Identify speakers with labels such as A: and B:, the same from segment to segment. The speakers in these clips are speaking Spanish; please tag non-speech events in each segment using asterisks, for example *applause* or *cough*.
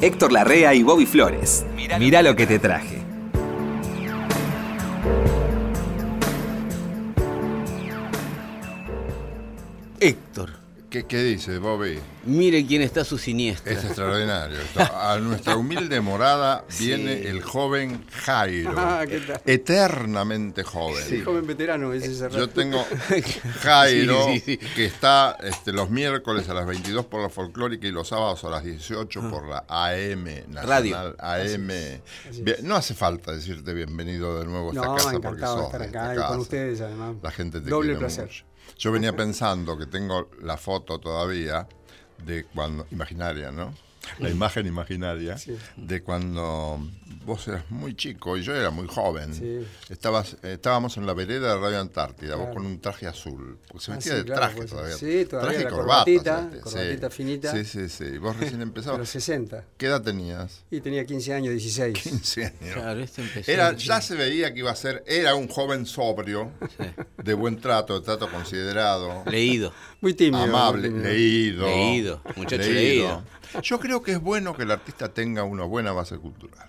A: Héctor Larrea y Bobby Flores. Mirá lo que te traje.
B: Héctor,
C: ¿Qué, qué dice, Bobby?
B: mire quién está a su siniestra.
C: Es extraordinario. A nuestra humilde morada viene el joven Jairo.
D: Ah, ¿qué tal?
C: Eternamente joven.
D: Joven veterano, ese es
C: Yo tengo Jairo,
B: Sí, sí, sí.
C: que está este, los miércoles a las 22 por la folclórica y los sábados a las 18 por la AM Nacional.
B: Radio.
C: AM. Bien, no hace falta decirte bienvenido de nuevo a esta
D: No,
C: casa porque
D: encantado de
C: sos
D: estar
C: de esta
D: acá y con
C: casa.
D: ustedes además.
C: La gente te
D: Doble
C: quiere
D: placer.
C: mucho. Yo venía pensando que tengo la foto todavía de cuando imaginaria, ¿no? La imagen imaginaria
D: Sí.
C: de cuando vos eras muy chico y yo era muy joven.
D: Sí.
C: Estabas, eh, estábamos en la vereda de Radio Antártida, vos
D: Claro.
C: con un traje azul, porque se
D: Ah,
C: vestía
D: sí,
C: de
D: claro,
C: traje
D: vos-
C: todavía.
D: sí, todavía
C: traje y
D: la
C: corbata, se
D: corbatita,
C: vestía,
D: corbatita finita.
C: Sí, sí, sí. Y Vos
D: *laughs*
C: recién
D: De los
C: empezabas.
D: 60.
C: ¿Qué edad tenías?
D: Y tenía 15 años, 16.
C: *laughs* 15 años.
B: Claro, este empezó.
C: Era, ya se veía que iba a ser, era un joven sobrio, de buen trato, de trato considerado,
B: Leído. *laughs*
D: Muy tímido.
C: amable,
D: muy tímido.
C: leído.
B: Leído, muchacho
C: Yo creo que es bueno que el artista tenga una buena base cultural.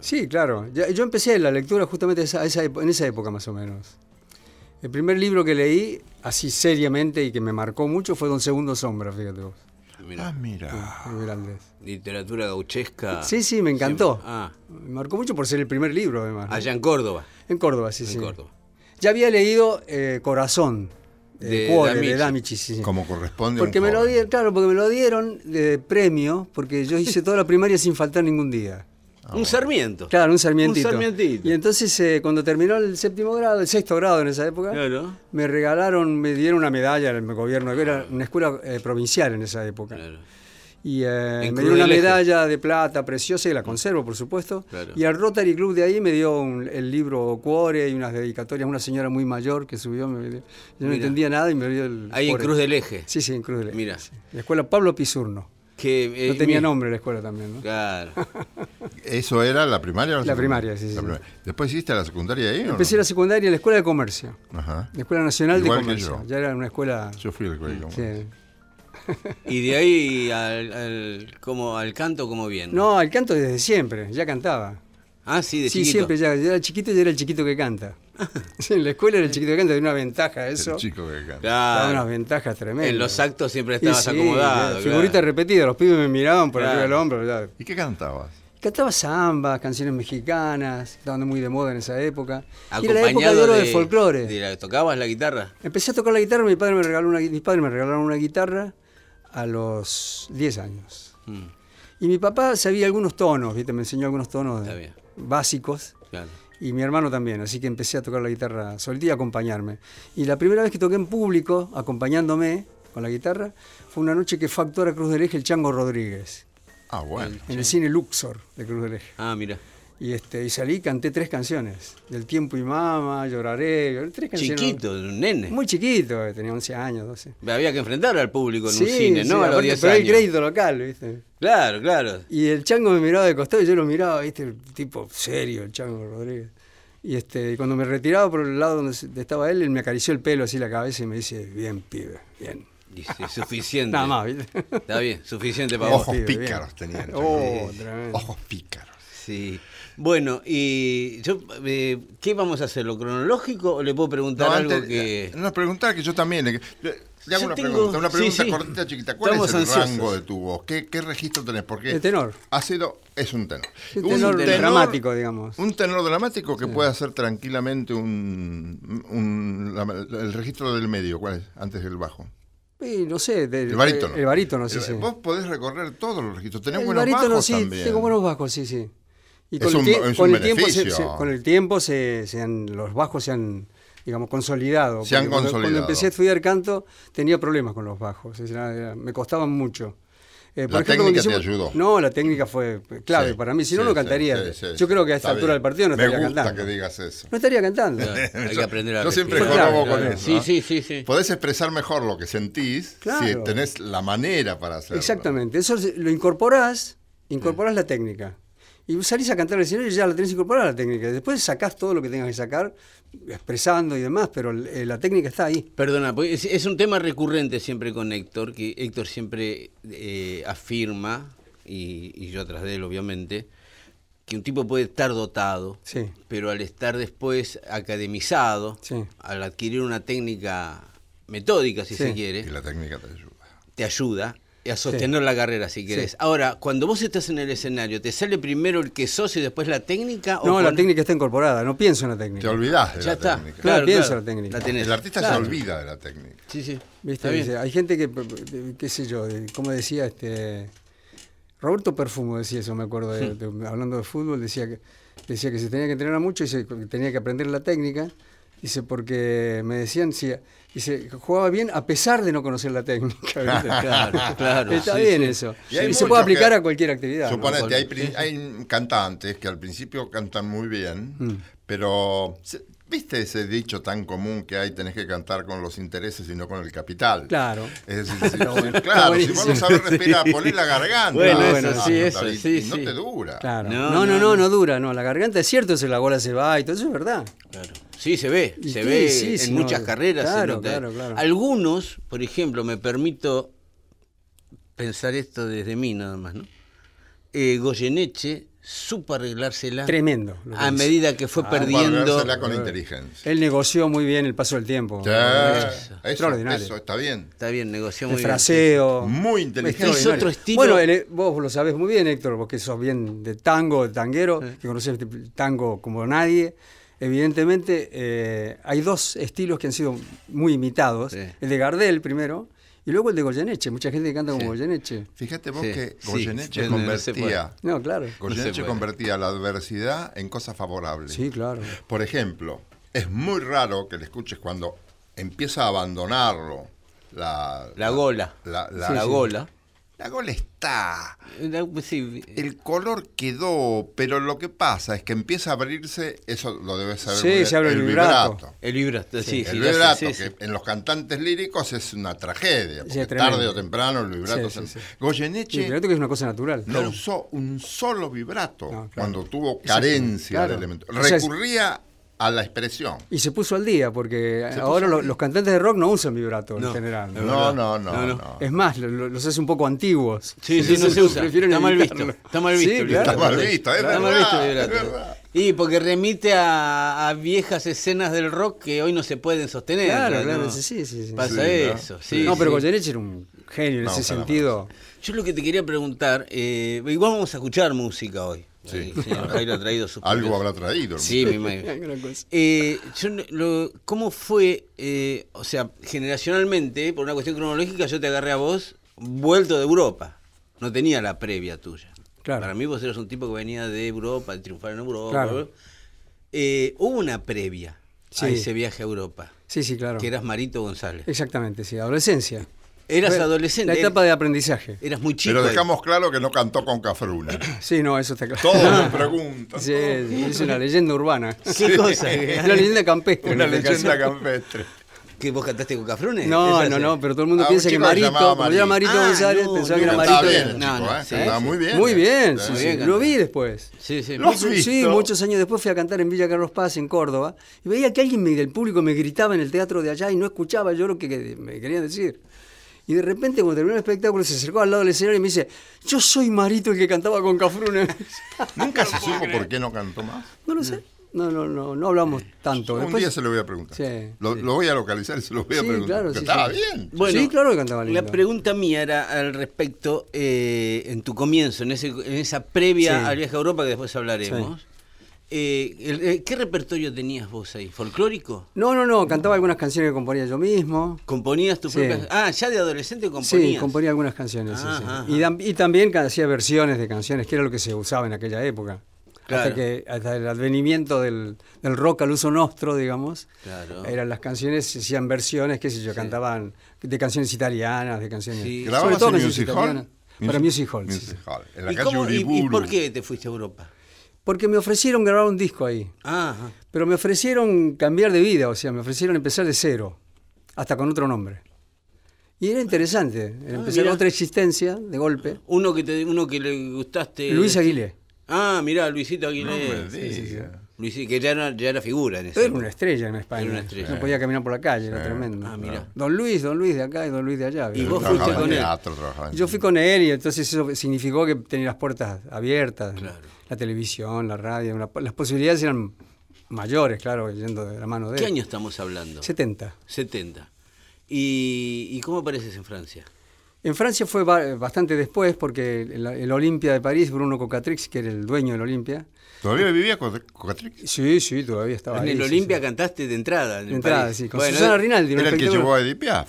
D: Sí, claro. Ya- Yo empecé la lectura justamente esa- esa epo- en esa época más o menos. El primer libro que leí, así seriamente y que me marcó mucho, fue Don Segundo Sombra, fíjate vos.
C: Ah,
B: Mirá,
C: mira.
D: de Mirandés.
B: literatura gauchesca.
D: Sí, sí, me encantó.
B: Ah,
D: Me marcó mucho por ser el primer libro, además. ¿no?
B: allá en Córdoba.
D: En Córdoba, sí,
B: En
D: sí.
B: Córdoba.
D: Ya había leído eh, Corazón
B: De
D: de Cuore, de
B: Damici.
D: Damici, sí, sí.
C: Como corresponde a un
D: Porque me lo
C: joven.
D: dieron, claro, porque me lo dieron de premio, porque yo hice toda la primaria sin faltar ningún día.
B: un Sarmiento.
D: Ah, Claro, un sarmientito.
B: Un sarmientito.
D: Y entonces eh, cuando terminó el séptimo grado, el sexto grado en esa época,
B: Claro.
D: me regalaron, me dieron una medalla del gobierno, que era una escuela eh, provincial en esa época.
B: Claro.
D: Y eh,
B: En
D: me
B: Cruz
D: dio
B: del
D: una
B: Eje.
D: medalla de plata preciosa y la conservo, por supuesto.
B: Claro.
D: Y al Rotary Club de ahí me dio un- el libro Cuore y unas dedicatorias. Una señora muy mayor que subió, me- yo no entendía nada y me dio el.
B: Ahí en
D: Cuore.
B: Cruz del Eje.
D: Sí, sí, en Cruz del Eje.
B: Mira.
D: sí. La escuela Pablo Pisurno.
B: Que, eh,
D: No tenía
B: mi-
D: nombre la escuela también, ¿no?
B: Claro.
C: ¿Eso era la primaria o
D: La
C: secundaria?
D: primaria, sí, sí,
C: La
D: sí.
C: primaria. Después hiciste la secundaria ahí, ¿o no?
D: Empecé la secundaria en la escuela de comercio.
C: Ajá.
D: La Escuela Nacional
C: Igual
D: de
C: que
D: Comercio.
C: yo.
D: Ya era una escuela.
C: Yo fui al colegio.
D: sí.
B: Y de ahí al, al- como, al canto, como bien.
D: No, al canto desde siempre, ya cantaba.
B: Ah, sí, de
D: sí,
B: chiquito.
D: siempre, ya, yo era chiquito y era el chiquito que canta. *laughs* Sí, en la escuela era el chiquito que canta, tenía una ventaja eso.
C: El chico que canta.
D: Daba unas
B: Claro.
D: ventajas tremendas.
B: Ah. En los actos siempre
D: Y
B: estabas
D: sí,
B: acomodado.
D: ya, Figuritas
B: claro.
D: repetidas, los pibes me miraban por arriba del
B: Claro.
D: hombro. ya.
C: ¿Y qué cantabas?
D: Cantaba zambas, canciones mexicanas, que estaban muy de moda en esa época. Y era
B: Acompañado
D: la época de oro del folclore.
B: de la- ¿Tocabas la guitarra?
D: Empecé a tocar la guitarra, mi padre me regaló una, gui- mis padres me regalaron una guitarra a los 10 años.
B: Mm,
D: Y mi papá sabía algunos tonos, ¿viste? me enseñó algunos tonos
B: Está
D: de-
B: bien.
D: básicos.
B: claro.
D: Y mi hermano también, así que empecé a tocar la guitarra solía acompañarme. Y la primera vez que toqué en público, acompañándome con la guitarra, fue una noche que fue actor a Cruz del Eje el Chango Rodríguez,
C: Ah, bueno.
D: en el cine Luxor de Cruz del Eje.
B: Ah, mira.
D: Y, este, y salí y canté tres canciones, Del Tiempo y Mama, Lloraré, tres canciones.
B: Chiquito, un nene.
D: Muy chiquito, eh, tenía 11 años, 12.
B: Había que enfrentar al público en un cine,
D: sí,
B: ¿no? a los
D: aparte,
B: 10
D: pero el
B: años.
D: crédito local, ¿viste?
B: Claro, claro.
D: Y el chango me miraba de costado y yo lo miraba, ¿viste? El tipo serio, el chango Rodríguez. Y este, y cuando me retiraba por el lado donde se- estaba él, él me acarició el pelo así la cabeza y me dice, bien, pibe, bien.
B: Dice,
D: *laughs*
B: suficiente.
D: Nada más, ¿viste?
B: Está bien, suficiente para vos.
C: Ojos
D: pibe, bien.
C: pícaros tenían.
D: Oh, tremendo.
C: Ojos pícaros.
B: Sí. Bueno, y yo, eh, ¿qué vamos a hacer? ¿Lo cronológico o le puedo preguntar
C: No,
B: algo
C: antes, eh,
B: que.?
C: Una pregunta que yo también. Le, le- le hago
B: Yo
C: una
B: tengo-
C: pregunta, una
B: sí,
C: pregunta
B: sí.
C: cortita, chiquita. ¿Cuál
B: Estamos
C: es el
B: ansiosos.
C: rango de tu voz? ¿Qué, qué registro tenés? Porque
D: El tenor.
C: Ha sido, es un tenor.
D: Un tenor dramático, digamos.
C: Un tenor dramático que puede hacer tranquilamente un, un- la- el registro del medio. ¿Cuál es? Antes del bajo.
D: Y no sé, del-
C: El barítono.
D: El barítono, sí,
C: El-
D: sí.
C: Vos podés recorrer todos los registros. Tenés
D: el
C: buenos bajos
D: sí,
C: también.
D: tengo buenos bajos, sí, sí. Y
C: Es
D: con,
C: un-
D: el, tie-
C: es
D: con
C: un
D: el tiempo, se,
C: beneficio.
D: se- con el tiempo se, se han- los bajos se han, digamos, consolidado.
C: Se han
D: Porque cuando-
C: consolidado.
D: Cuando empecé a estudiar canto tenía problemas con los bajos, es decir, era- me costaban mucho. Eh,
C: La
D: cuando
C: técnica te ayudó.
D: No, la técnica fue clave
C: Sí,
D: para mí, si no
C: sí,
D: no
C: sí,
D: cantaría.
C: sí, sí,
D: Yo creo que a
C: está
D: esta altura
C: bien.
D: del partido no estaría
C: Me gusta
D: cantando.
C: que digas eso.
D: No estaría cantando.
B: Hay que aprender a
C: Yo siempre
B: respirar.
C: jorobo
B: Claro,
C: con
B: claro.
C: eso.
B: Sí,
C: ¿eh?
B: sí, sí, sí.
C: Podés expresar mejor lo que sentís si
D: Claro.
C: tenés la manera para hacerlo.
D: Exactamente, eso es- lo incorporás, incorporás la técnica. Y salís a cantar el escenario y ya la tenés incorporada la técnica. Después sacás todo lo que tengas que sacar, expresando y demás, pero eh, la técnica está ahí.
B: Perdona, porque es, es un tema recurrente siempre con Héctor, que Héctor siempre eh, afirma, y, y yo atrás de él obviamente, que un tipo puede estar dotado,
D: Sí.
B: pero al estar después academizado,
D: Sí.
B: al adquirir una técnica metódica, si
D: Sí.
B: se
C: Y
B: quiere,
C: la técnica te ayuda.
B: te ayuda a sostener la carrera, si querés.
D: Sí.
B: Ahora, cuando vos estás en el escenario, ¿te sale primero el que sos y después la técnica? Ah, o
D: No, la
B: cuando-
D: técnica está incorporada, no pienso en la
C: Te
D: técnica.
C: olvidás de
B: Ya
C: la
B: está.
C: técnica.
D: Claro, pienso la técnica.
B: tenés.
C: El artista
B: Claro.
C: se olvida de la técnica.
B: Sí, sí.
D: ¿Viste?
B: Está bien.
D: Dice, hay gente que, p- p- qué sé yo, de- como decía este Roberto Perfumo decía eso, me acuerdo, de-
B: Hmm.
D: de- hablando de fútbol, decía que, decía que se tenía que entrenar mucho y se, que tenía que aprender la técnica. Dice, porque me decían, si, dice, jugaba bien a pesar de no conocer la técnica. ¿viste?
B: *laughs* Claro, claro,
D: Está
B: sí,
D: bien
B: sí.
D: eso.
C: Y hay
D: Y se
C: muchos
D: puede aplicar
C: que-
D: a cualquier actividad. ¿no?
C: Suponete, hay,
B: Sí,
C: pri- hay cantantes que al principio cantan muy bien,
D: Mm.
C: pero se- ¿viste ese dicho tan común que hay, tenés que cantar con los intereses y no con el capital?
D: Claro.
C: Es
D: *laughs*
C: decir, si-
D: bueno, está
C: claro, si vos no
D: buenísimo.
C: sabes respirar, poné la garganta.
B: Bueno,
C: Ah,
D: eso, sí,
B: eso,
C: y-
B: sí,
C: y no
B: sí.
C: te dura.
D: Claro.
B: No,
D: No, no, no,
B: no,
D: no,
B: no.
D: dura, no. La garganta es cierto, eso, la bola se va y todo eso es verdad.
B: Claro. Sí, se ve,
D: Y
B: se
D: sí,
B: ve
D: sí,
B: en
D: sí,
B: muchas
D: no,
B: carreras. se
D: claro,
B: nota.
D: claro, claro.
B: Algunos, por ejemplo, me permito pensar esto desde mí nada más, ¿no? Eh, Goyeneche supo arreglársela
D: Tremendo. lo que
B: Ah. a
D: dice.
B: medida que fue perdiendo.
C: Ah, Guardársela con inteligencia.
D: Él negoció muy bien el paso del tiempo. Eh,
C: Ya, eso,
D: Extraordinario.
C: eso está bien.
B: Está bien, negoció
D: El
B: muy bien.
D: fraseo.
C: Muy inteligente.
B: Oh. Pues, Es otro estilo.
D: Bueno, el- eh, vos lo sabés muy bien, Héctor, vos que sos bien de tango, de tanguero, que conoces el tango como nadie. Evidentemente, eh, hay dos estilos que han sido muy imitados.
B: Sí.
D: El de Gardel primero y luego el de Goyeneche. Mucha gente que canta como
B: Sí.
D: Goyeneche.
C: Fíjate vos
B: Sí,
C: que
B: sí,
C: Goyeneche
B: sí, no, no se puede.
C: convertía,
D: No, claro.
B: No se
C: Goyeneche
B: puede.
C: convertía la adversidad en cosa favorable.
D: Sí, claro.
C: Por ejemplo, es muy raro que le escuches cuando empieza a abandonarlo. La,
B: La gola.
C: La, la-
B: la gola.
C: la gola está.
B: Eh, pues sí, eh,
C: El color quedó, pero lo que pasa es que empieza a abrirse, eso lo debes saber.
D: Sí,
C: muy bien,
D: se abre el vibrato.
B: El vibrato, sí, sí,
C: el
B: ya sé,
C: vibrato,
B: sí, sí.
C: que en los cantantes líricos es una tragedia, porque
D: tremendo.
C: tarde o temprano el vibrato
D: Sí,
C: se-
D: sí, sí. Y
C: Goyeneche
D: el relato que es una cosa natural.
C: no usó un solo vibrato
D: No, claro.
C: cuando tuvo carencia
D: claro.
C: de elementos.
D: O sea, es-
C: Recurría a la expresión.
D: Y se puso al día, porque
C: puso
D: ahora
C: al
D: lo-
C: día.
D: los cantantes de rock no usan vibrato
B: No.
D: en general. ¿no?
C: No, no, no,
B: No, no.
C: no.
D: Es más, lo- lo- los hace un poco antiguos.
B: Sí, sí, no
D: Entonces
B: se usa.
D: prefieren
B: Está mal visto.
D: evitarlo.
B: Está mal visto.
D: Sí,
B: el
D: claro.
B: vibrato.
C: Está mal visto, es
B: Está mal
C: verdad,
B: visto el
C: es
B: vibrato.
C: verdad.
B: Y porque remite a, a viejas escenas del rock que hoy no se pueden sostener.
D: Claro,
B: ¿no?
D: claro, sí, sí, sí, sí.
B: Pasa
C: Sí, ¿no?
B: eso. sí,
D: no, pero
B: sí.
D: Goyeneche era un genio en
C: No,
D: ese
C: ojalá,
D: sentido.
B: Yo lo que te quería preguntar, eh, igual vamos a escuchar música hoy.
C: Sí. *laughs*
B: El señor Jairo ha traído sus
C: Algo
B: propios-
C: habrá traído.
B: Sí, me
D: *laughs*
B: imagino.
D: Gran cosa.
B: Eh, yo no- lo- ¿Cómo fue, eh, o sea, generacionalmente, por una cuestión cronológica, yo te agarré a vos vuelto de Europa? No tenía la previa tuya.
D: Claro.
B: Para mí vos eras un tipo que venía de Europa, de triunfar en Europa.
D: Claro.
B: Eh, hubo una previa a
D: Sí.
B: ese viaje a Europa,
D: Sí, sí, claro.
B: que eras Marito González.
D: Exactamente, sí, adolescencia.
B: Eras
D: Fue
B: adolescente.
D: La etapa de aprendizaje.
B: Eras muy chico.
C: Pero
B: ahí.
C: dejamos claro que no cantó con Cafruna.
D: Sí, no, eso está claro.
C: Todos
D: *laughs*
C: me preguntan.
D: Sí, es una leyenda
B: *laughs*
D: urbana. *laughs*
B: ¿Qué cosa?
D: Es una leyenda campestre.
C: Una
D: en este
C: leyenda
D: caso.
C: campestre.
B: ¿Que vos cantaste con Cafrune?
D: No,
B: Esa Ah,
D: no,
B: es-
D: no, pero todo el mundo
C: A un
D: piensa que
C: chico que se
D: Marito,
C: llamaba
D: como era
C: Marito.
D: Marito
B: Ah,
D: González,
B: no,
D: pensaba
B: no,
D: que era
B: no,
D: Marito.
C: Estaba
B: de-
C: bien, el
B: No,
C: chico,
B: no,
C: ¿eh?
B: sí,
C: Estaba
B: sí.
C: muy bien.
D: Muy bien,
C: Estaba
D: sí,
B: Muy
D: sí,
B: bien
D: lo
B: cantado.
D: vi después.
B: Sí, sí.
C: Lo- has
D: Sí, Sí,
C: visto?
D: muchos años después fui a cantar en Villa Carlos Paz, en Córdoba, y veía que alguien me- del público me gritaba en el teatro de allá y no escuchaba yo lo que, que me querían decir. Y de repente, cuando terminó el espectáculo, se acercó al lado del escenario y me dice, yo soy Marito el que cantaba con Cafrune. *laughs*
C: Nunca se supo por qué no cantó más.
D: no lo sé. No, no, no, no hablamos tanto.
C: Un
D: Después-
C: día se lo voy a preguntar.
D: Sí.
C: lo, lo voy a localizar y se lo voy a
D: Sí,
C: preguntar.
D: claro,
C: Porque
D: sí,
C: estaba
D: sí.
C: bien.
B: Bueno,
D: Sí, claro que cantaba lindo.
B: La pregunta mía era al respecto, eh, en tu comienzo, en, ese, en esa previa
D: Sí.
B: al viaje a Europa que después hablaremos. eh, el- eh, ¿Qué repertorio tenías vos ahí? ¿Folclórico?
D: No, no, no, cantaba algunas canciones que componía yo mismo.
B: ¿Componías tus
D: Sí.
B: propias.? Ah, ya de adolescente componías. Ah,
D: Sí, componía algunas canciones. sí, sí.
B: Ajá, ajá.
D: Y, dam- y también ca- hacía versiones de canciones, que era lo que se usaba en aquella época.
B: Claro.
D: Hasta, que, hasta el advenimiento del, del rock al uso nostro, digamos.
B: Claro.
D: Eran las canciones, se hacían versiones, qué sé yo, cantaban de canciones italianas, de canciones.
B: Sí.
C: ¿Grababas en Music Hall?
D: italianas. Para Music Hall. sí, sí.
C: Music Hall. En la
B: ¿Y,
C: calle
B: cómo- y- y
C: Uriburu.
B: por qué te fuiste a Europa?
D: Porque me ofrecieron grabar un disco ahí.
B: Ah, ajá.
D: Pero me ofrecieron cambiar de vida, o sea, me ofrecieron empezar de cero, hasta con otro nombre. Y era interesante, era
B: Ah,
D: empezar
B: mira.
D: otra existencia de golpe.
B: uno que te, uno que le gustaste.
D: Luis Aguilé.
B: Ah, mirá, Luisito
C: No me
B: Aguilera.
C: digas.
D: sí, sí.
B: Luisito, que ya era, ya era figura en ese
D: Era una
B: momento.
D: estrella en España.
B: Era una estrella.
D: No podía caminar por la calle, era tremendo.
B: Ah, mirá.
D: Don Luis, Don Luis de acá y Don Luis de allá.
B: Y
D: ¿viste?
B: vos
C: Trabajaba
B: fuiste
C: en
B: con él.
C: teatro, trabajaba en-
D: Yo fui con él y entonces eso significó que tenía las puertas abiertas.
B: Claro.
D: La televisión, la radio, la- las posibilidades eran mayores, claro, yendo de la mano de él.
B: ¿Qué año estamos hablando?
D: 70.
B: 70. ¿Y, y cómo apareces en Francia?
D: En Francia fue ba- bastante después porque el, el Olimpia de París, Bruno Cocatrix, que era el dueño del Olimpia.
C: ¿Todavía vivía con Cocatrix?
D: Sí, sí, todavía estaba
B: en
D: ahí,
B: el
D: sí,
B: Olimpia
D: sí.
B: cantaste de entrada. En
D: De entrada,
B: París.
D: sí, con
B: Bueno,
D: Susana
B: eh,
D: Rinaldi. un
C: Era el que
D: espectáculo-
C: llevó a Edith Piaf.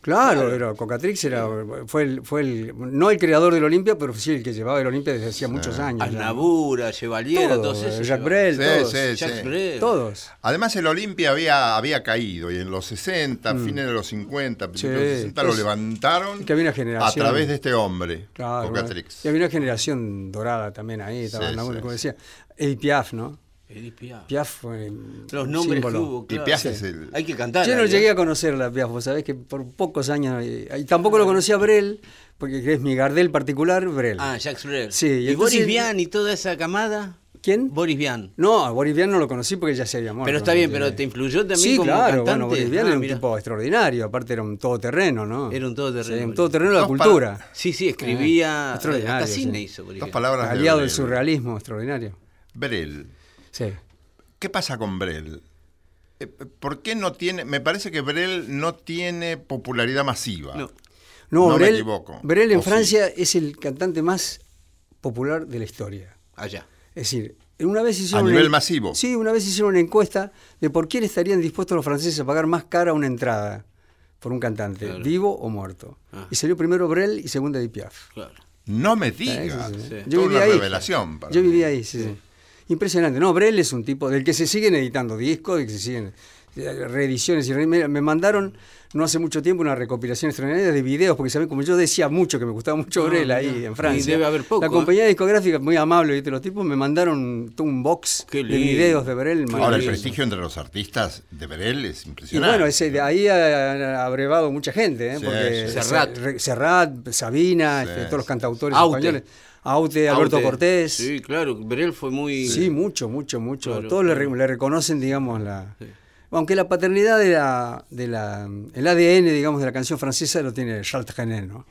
D: Claro, era Cocatrix era, fue, el, fue el, no el creador del Olimpia, pero sí el que llevaba el Olimpia desde hacía muchos años. ya.
B: Arnabura, Chevalier,
D: Todo,
B: todos esos.
D: Jacques
B: llevaban.
D: Brel, todos.
C: Sí, sí,
B: Jacques
C: sí.
B: Brel.
D: Todos.
C: Además el Olimpia había, había caído y en los 60, fines de los 50, principios de los 60 lo
D: Mm. es-
C: levantaron
D: que había una
C: a
D: generación.
C: través de este hombre,
D: Claro,
C: Cocatrix.
D: Y había una generación dorada también ahí, estaba
C: Sí,
D: Nabucco,
C: sí,
D: como
C: sí.
D: decía. Edith Piaf, ¿no?
B: Edith Piaf.
D: Piaf fue. un
B: Los nombres que
D: símbolo.
B: hubo, claro.
C: Y Piaf es el-
B: Hay que cantar.
D: Yo no
B: ahí, ¿eh?
D: llegué a conocerla, Piaf, vos sabés que por pocos años. eh, Y tampoco lo conocí a Brel, porque es mi Gardel particular, Brel.
B: Ah, Jacques Brel.
D: Sí, y
B: ¿Y,
D: entonces-
B: Boris Vian y toda esa camada?
D: ¿Quién?
B: Boris Vian.
D: No, a Boris Vian no lo conocí porque ya se había muerto.
B: Pero está bien, pero te influyó también
D: Sí,
B: como
D: claro,
B: cantante.
D: bueno, Boris Vian
B: Ah,
D: era un
B: mirá.
D: tipo extraordinario, aparte era un todoterreno, ¿no?
B: Era un todoterreno,
D: Sí, un
B: Boris
D: todoterreno de la
C: Dos pa-
D: cultura.
B: Sí, sí, escribía.
D: Eh, extraordinario,
B: hasta
D: sí.
B: cine hizo, por
C: Dos
B: ejemplo.
C: palabras de
D: Aliado del
C: Brel.
D: surrealismo, extraordinario.
C: Brel.
D: Sí.
C: ¿Qué pasa con Brel? Eh, ¿Por qué no tiene.? Me parece que Brel no tiene popularidad masiva.
B: No.
D: No,
C: No me
D: Brel,
C: equivoco.
D: Brel
C: O
D: en
C: sí.
D: Francia es el cantante más popular de la historia.
B: Allá.
D: Es decir, una vez hicieron...
C: A
D: una-
C: nivel masivo.
D: Sí, una vez hicieron una encuesta de por quién estarían dispuestos los franceses a pagar más cara una entrada por un cantante,
B: Claro.
D: vivo o muerto.
B: Ah.
D: Y salió primero Brel y segunda Edith Piaf.
B: Claro.
C: No me
D: Sí,
C: digas.
D: sí, sí.
C: Toda
D: Yo vivía
C: una
D: ahí.
C: revelación. para
D: Yo
C: mí.
D: viví ahí, sí, sí. Impresionante. No, Brel es un tipo del que se siguen editando discos, del que se siguen eh, reediciones. y re- Me me mandaron no hace mucho tiempo una recopilación extraordinaria de videos, porque ¿sabés? como yo decía mucho que me gustaba mucho
B: Ah,
D: Brel ahí
B: mirá.
D: en Francia.
B: Y debe haber poco, ¿eh?
D: La compañía discográfica, muy amable, ¿viste? los tipos me mandaron un- un box
B: Qué
D: de
B: lindo.
D: videos de Brel.
C: Ahora, el
D: maravilloso.
C: prestigio entre los artistas de Brel es
D: Y
C: impresionante.
D: bueno, ese, de ahí ha ha abrevado mucha gente, ¿eh?
C: Sí,
D: porque
C: sí.
B: Serrat.
D: Re- Serrat, Sabina,
C: Sí,
D: este,
C: sí.
D: todos los cantautores
B: Aute.
D: españoles. Aute, Alberto
B: Aute.
D: Cortés.
B: Sí, claro. Brel fue muy.
D: Sí, mucho, mucho, mucho.
B: Claro,
D: Todos le re- Le, reconocen, digamos, la... Aunque la paternidad de la, de la, el ADN, digamos, de la canción francesa lo tiene Charles Trenet, ¿no?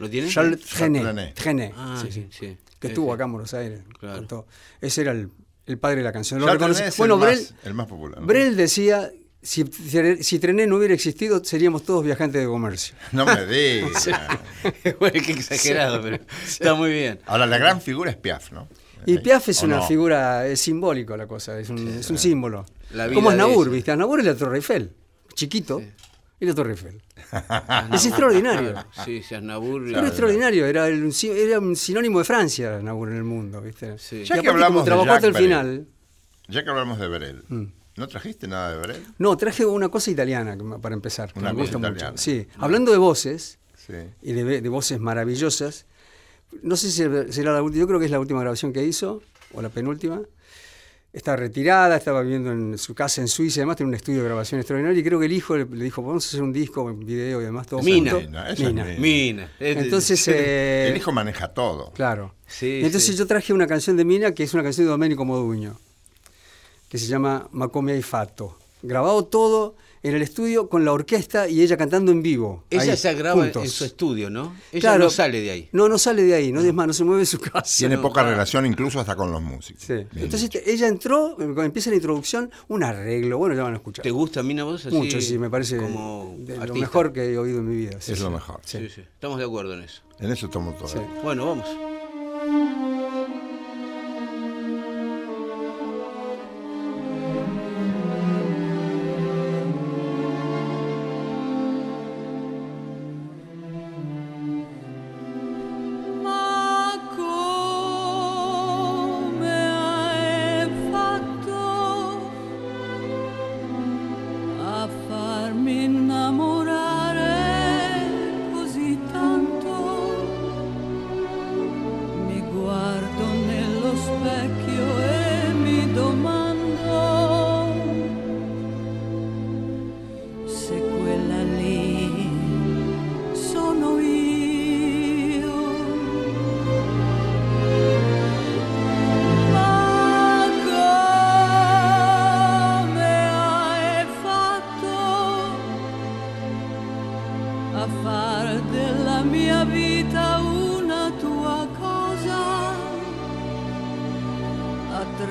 B: ¿Lo tienes?
D: Charles
C: Charles
D: Trenet,
C: Trenet.
D: Trenet,
B: Ah,
D: sí,
B: sí,
D: sí,
B: sí.
D: que
B: Sí,
D: estuvo
B: sí.
D: acá en Buenos Aires.
B: Claro.
D: cantó. Ese era el, el padre de la canción. Lo
C: Charles
D: reconoce-
C: Trenet es
D: Bueno,
C: el,
D: Brel,
C: más, el más popular. ¿no?
D: Brel decía, si, si Trenet no hubiera existido, seríamos todos viajantes de comercio.
C: No
D: *laughs*
C: me digas.
B: bueno, qué exagerado, pero está muy bien.
C: Ahora, la gran figura es Piaf, ¿no?
D: Y Piaf es
C: Eh, ¿O
D: una
C: no?
D: figura, es simbólico la cosa, es un, es un símbolo.
B: La vida
D: Como es
B: de
D: Nabur,
B: ella.
D: ¿viste? Nabur es la Torre Eiffel, chiquito, y la
C: *laughs*
D: Torre Eiffel. es extraordinario.
B: Sí, sí, Aznavour.
D: Era extraordinario, era, el- un si- era un sinónimo de Francia Nabur en el mundo, ¿viste?
B: Sí.
D: Y
C: Ya que
D: aparte,
C: hablamos
D: como
C: de
D: trabajó
C: Jacques
D: hasta el
C: Brel.
D: final.
C: Ya que hablamos de Brel,
D: Mm.
C: ¿no trajiste nada de Brel?
D: No, traje una cosa italiana que me- para empezar, que
C: Una
D: me
C: cosa
D: gusta mucho.
C: italiana.
D: Sí, hablando de voces,
C: Sí.
D: y de, ve- de voces maravillosas. No sé si será la última, yo creo que es la última grabación que hizo, o la penúltima. Estaba retirada, estaba viviendo en su casa en Suiza, además tiene un estudio de grabación extraordinario, y creo que el hijo le, le dijo, vamos a hacer un disco, un video y además todo
B: Esa es
D: junto".
C: Mina, esa es Mina.
B: Mina. Este-
D: Entonces,
C: *laughs*
D: eh,
C: El hijo maneja todo.
D: claro.
B: Sí,
D: Y Entonces
B: sí.
D: yo traje una canción de Mina, que es una canción de Domenico Moduño, que se llama Macomia y Fato. Grabado todo en el estudio con la orquesta y ella cantando en vivo.
B: Ella
D: ahí,
B: se graba en
D: juntos.
B: su estudio, ¿no? Ella
D: Claro.
B: no sale de ahí.
D: No, no sale de ahí, no es más, no se mueve de su casa.
C: Tiene
D: No.
C: poca relación incluso hasta con los músicos.
D: Sí.
C: Bien.
D: Entonces te- ella entró, cuando empieza la introducción, un arreglo, bueno, ya van a escuchar.
B: ¿Te gusta Mina vos? Así,
D: Mucho, sí, me parece
B: Como
D: de lo
B: artista.
D: mejor que he oído en mi vida. sí,
C: es
D: sí.
C: lo mejor.
B: Sí, sí. Estamos de acuerdo en eso.
C: En eso tomo todo.
D: Sí.
B: Bueno, vamos.
E: Ma come hai fatto a farmi innamorare così tanto? Mi guardi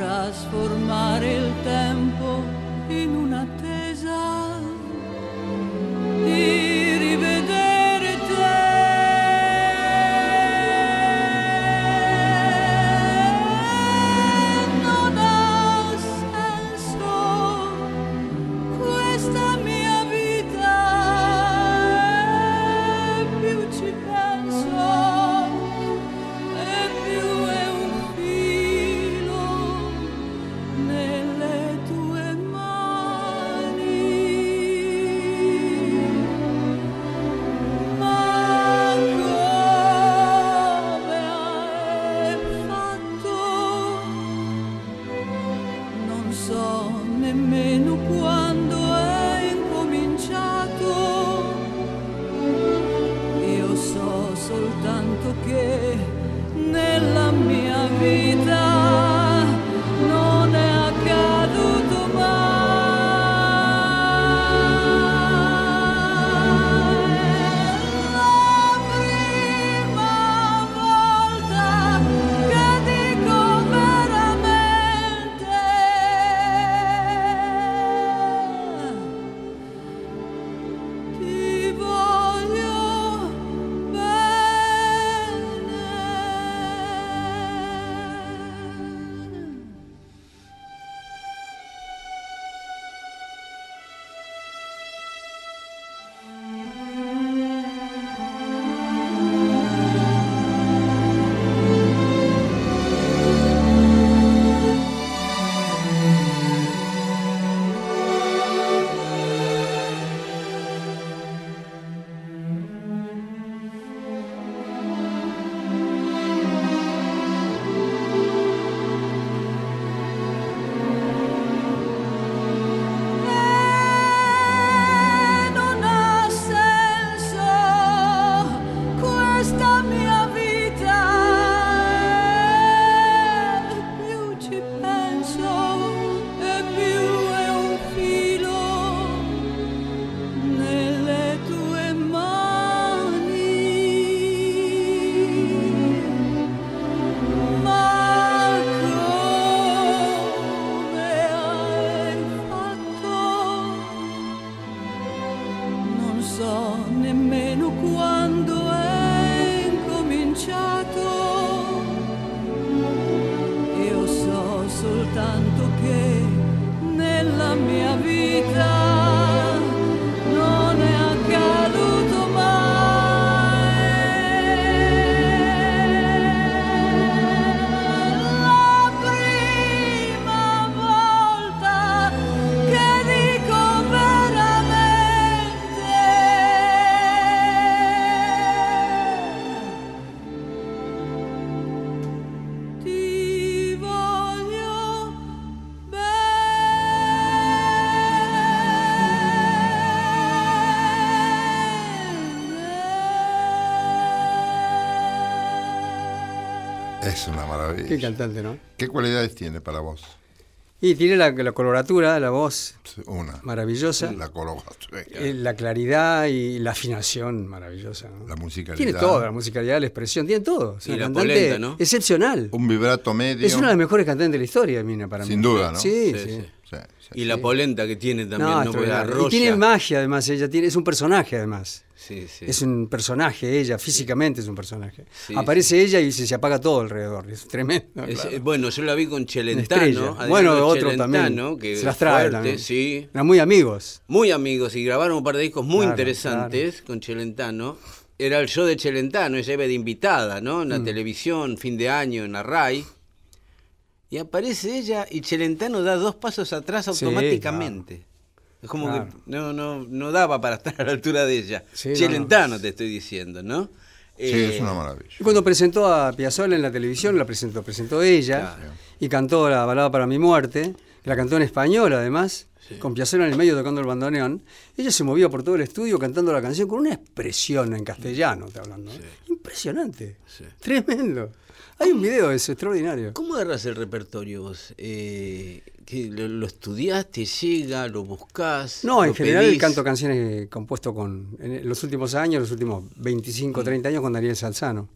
F: trasformare il tempo in un'attesa di rivedere te. Non ha senso questa mia vita e più ci penso e più è un filo nelle tue mani ma come hai fatto non so nemmeno quando è incominciato. Io so soltanto che nella mia vita non è accaduto mai. La prima volta che dico veramente ti voglio bene. Non ha senso questa mia vita, e più ci penso e più è un filo nelle tue mani. Ma come hai fatto? Non so nemmeno quando è incominciato. Io so soltanto che nella mia vita non è accaduto mai. La prima volta che dico veramente ti voglio bene.
C: Es una maravilla.
D: Qué cantante, ¿no?
C: ¿Qué cualidades tiene para vos?
D: Y tiene la, la coloratura, la voz
C: Una.
D: maravillosa,
C: La coloratura.
D: eh, la claridad y la afinación maravillosa. ¿no?
C: La musicalidad.
D: Tiene todo, la musicalidad, la expresión, tiene todo. Es
B: Y
D: una
B: la
D: cantante
B: polenta, ¿no?
D: excepcional.
C: Un vibrato medio.
D: Es una de las mejores cantantes de la historia, Mina, para
C: Sin
D: mí.
C: duda, ¿no?
D: Sí,
B: Sí,
D: sí.
B: sí.
C: Sí, sí.
B: Y la polenta que tiene también,
D: No,
B: no, Porque la
D: extraordinaria. y
B: roya-
D: tiene magia, además, ella tiene, es un personaje, además.
B: Sí, sí.
D: Es un personaje ella, físicamente es un personaje.
B: Sí,
D: Aparece ella y se, se apaga todo alrededor, es tremendo.
B: Es-
D: claro.
B: eh, Bueno, yo la vi con
D: Una
B: Chelentano.
D: estrella.
B: Adriano
D: Bueno, otro
B: Celentano,
D: también.
B: Que
D: se las trae
B: fuerte,
D: también.
B: sí.
D: Eran muy amigos.
B: Muy amigos y grabaron un par de discos muy
D: Claro,
B: interesantes con Chelentano. Era el show de Chelentano, ella iba de invitada, ¿no? En la
D: Mm.
B: televisión, fin de año, en la RAI. Y aparece ella y Chelentano da dos pasos atrás
D: Sí,
B: automáticamente. Es como
D: Claro.
B: que no, no, no daba para *laughs* estar a la altura de ella.
D: Sí, no,
B: Chelentano, te estoy diciendo, ¿no?
C: Sí,
B: Eh,
C: es una maravilla.
D: Y cuando presentó a Piazzolla en la televisión, la presentó, presentó ella
B: Claro.
D: y cantó la balada para mi muerte, que la cantó en español además, con Piazzolla en el medio tocando el bandoneón. Ella se movía por todo el estudio cantando la canción con una expresión en castellano, te hablando. ¿eh? Impresionante, tremendo. Hay un video de eso, extraordinario.
B: ¿Cómo agarras el repertorio vos? Eh, que lo, lo estudiaste, llega, lo buscás?
D: No, en
B: lo
D: general
B: pedís?
D: canto eh,
B: Mm.
D: canciones compuesto con en los últimos años, los últimos 25, 30 años con Daniel Salzano.